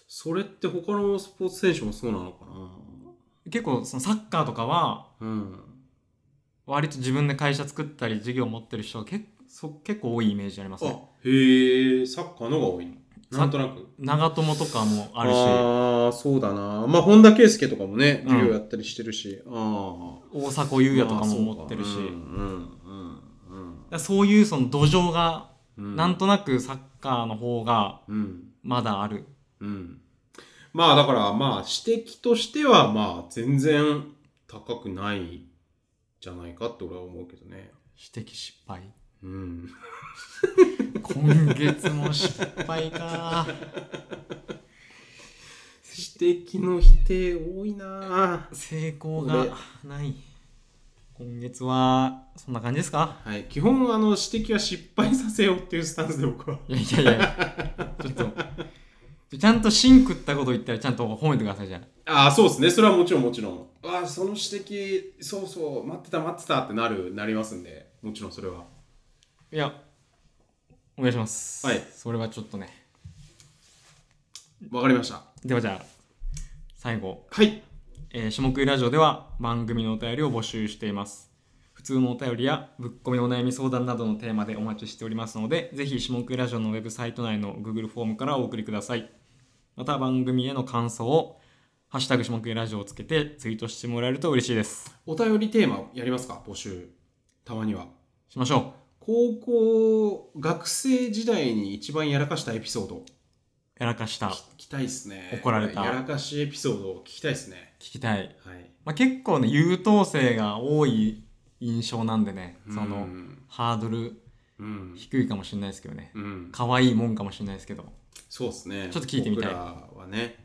S2: それって他のスポーツ選手もそうなのか
S1: 結構そのサッカーとかは
S2: なうん。
S1: 割と自分で会社作ったり事業を持ってる人が結そ結構多いイメージありますね
S2: あ、へえ、サッカーのが多いの。なんとなく。
S1: 長友とかもあるし
S2: ああ、そうだな。まあ、本田圭佑とかもね、
S1: うん
S2: 授業やったりしてるし。ああ。
S1: 大迫勇也とかも持ってるし、
S2: まあそう
S1: だか
S2: かうん、うん、
S1: らそういうその土壌が
S2: うん。
S1: なんとなくサッカーの方が
S2: うん。
S1: まだある、
S2: うん。まあ、だから、まあ、指摘としては、まあ、全然高くないじゃないかって俺は思うけどね。
S1: 指摘失敗
S2: うん。
S1: 今月も失敗か
S2: 指摘の否定多いな
S1: 成功がない今月はそんな感じですか
S2: はい、基本あの指摘は失敗させようっていうスタンスで僕は。
S1: いやいやいやちょっとちゃんと芯食ったこと言ったらちゃんと褒めてくださいじゃん
S2: ああ、そうですね。それはもちろんもちろん。ああ、その指摘、そうそう、待ってた待ってたってなる、なりますんで、もちろんそれは。
S1: いやお願いします
S2: はい
S1: それはちょっとね
S2: わかりました。
S1: ではじゃあ最後
S2: はい。
S1: えー、下食いラジオでは番組のお便りを募集しています普通のお便りやぶっこみお悩み相談などのテーマでお待ちしておりますのでぜひ下食いラジオのウェブサイト内の Google フォームからお送りくださいまた番組への感想を「ハッシュタグ下食いラジオ」をつけてツイートしてもらえると嬉しいです
S2: お便りテーマやりますか募集。たまには。
S1: しましょ
S2: 高校学生時代に一番やらかしたエピソード
S1: う。やらかした。聞
S2: 聞きたいですね
S1: 怒られた
S2: やらかしエピソードを聞きたいですね
S1: きたい。
S2: はい
S1: まあ、結構ね、優等生が多い印象なんでね、その
S2: う、ん
S1: ハードル
S2: うん、
S1: 低いかもしれないですけどね。
S2: うん、
S1: 可愛いもんかもしれないですけど。
S2: そうですね
S1: ちょっと聞いてみたい
S2: 僕らはね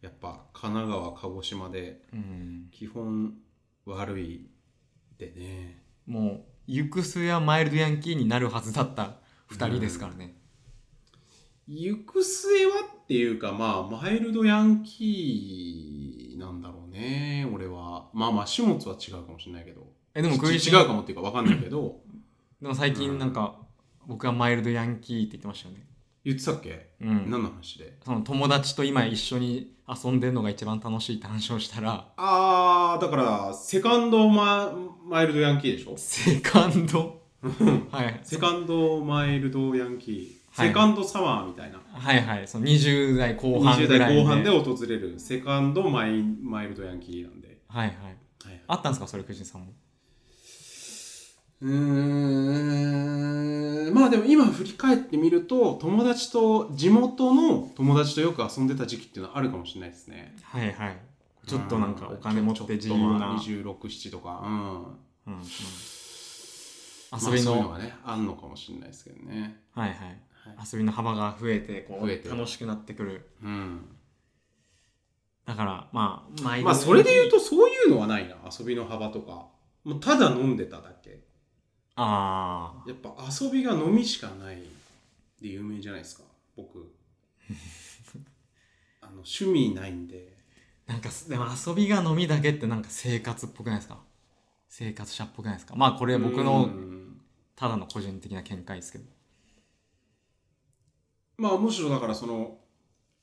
S2: やっぱ神奈川鹿児島で
S1: うん。
S2: 基本悪いでね
S1: もう、行く末はマイルドヤンキーになるはずだった二人ですからね。
S2: 行く末はっていうかまあマイルドヤンキーなんだろうね俺はまあまあ始末は違うかもしれないけど
S1: え、でも食いし
S2: 違うかもっていうかわかんないけど
S1: でも最近なんか、僕はマイルドヤンキーって言ってましたよね。
S2: 言ってたっけ、
S1: うん。
S2: 何の話で
S1: その友達と今一緒に遊んでるのが一番楽しいって話をしたら、
S2: あーだからセカンドママイルドヤンキーでしょ
S1: セカンドはい。
S2: セカンドマイルドヤンキー、
S1: はい
S2: セカンドサマーみたいな
S1: はいはい。その20代後半
S2: 20
S1: ぐらい
S2: 代後半で訪れるセカンドマイマイルドヤンキーなんで、
S1: はいはい。あったんですかそれ、藤井さんも。
S2: うーんまあでも今振り返ってみると友達と地元の友達とよく遊んでた時期っていうのはあるかもしれないですね
S1: はいはい。ちょっとなんか
S2: う
S1: お金持って自由な、うん
S2: ちょっとまあ2627とか、うん、
S1: うん
S2: ま
S1: 遊
S2: あ
S1: び
S2: そういう
S1: の、
S2: のがねあんのかもしれないですけどね、
S1: はいはい。
S2: はい
S1: 遊びの幅が増えて、こ
S2: 増えて
S1: う、楽しくなってくる。
S2: うん、
S1: だから、まあ、毎
S2: まあそれで言う、とそういうのはないな遊びの幅とかもうただ飲んでただけ
S1: あ
S2: やっぱ遊びが飲みしかないで有名じゃないですか 僕あの趣味ないんで
S1: あ、なんか、でも遊びが飲みだけってなんか生活っぽくないですか生活者っぽくないですかまあ、これは僕
S2: う
S1: の
S2: ん
S1: ただの個人的な見解ですけど。
S2: まあむしろだからその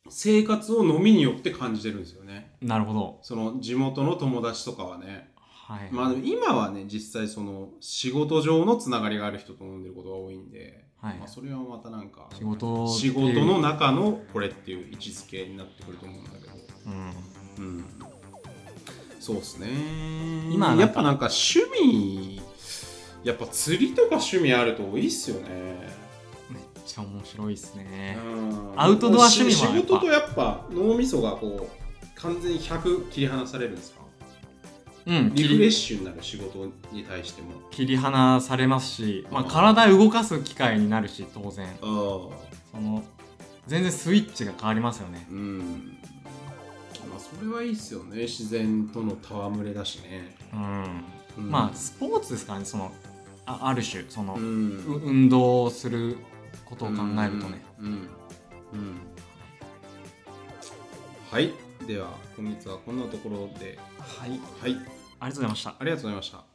S2: 生活を飲みによって感じてるんですよね
S1: なるほど。
S2: その地元の友達とかはね
S1: はい。
S2: まあでも今はね実際その仕事上のつながりがある人と飲んでることが多いんで、
S1: はい
S2: まあ、それはまたなんか
S1: 仕事
S2: 仕事の中のこれっていう位置づけになってくると思うんだけど
S1: うん。
S2: うんそうですね
S1: 今なんか
S2: やっぱなんか趣味やっぱ釣りとか趣味あるといいっすよね
S1: めっちゃ面白いっすね。
S2: うん
S1: アウトドア趣味もやっぱ
S2: 仕事とやっぱ脳みそがこう完全に100切り離されるんですか
S1: うん、
S2: リフ
S1: 切
S2: レッ
S1: り
S2: シュになる仕事に対しても
S1: 切り離されますし、まあ、
S2: うん
S1: 体動かす機会になるし当然
S2: ああ
S1: その全然スイッチが変わりますよね
S2: うんまあそれはいいっすよね自然との戯れだしね、
S1: うん、
S2: うん
S1: まあスポーツですからねそのあある種その、
S2: う
S1: うん運動をすることを考えるとね、
S2: うんうん、うんはいでは今月はこんなところで
S1: はいあり
S2: はい
S1: がとうございました
S2: ありがとうございました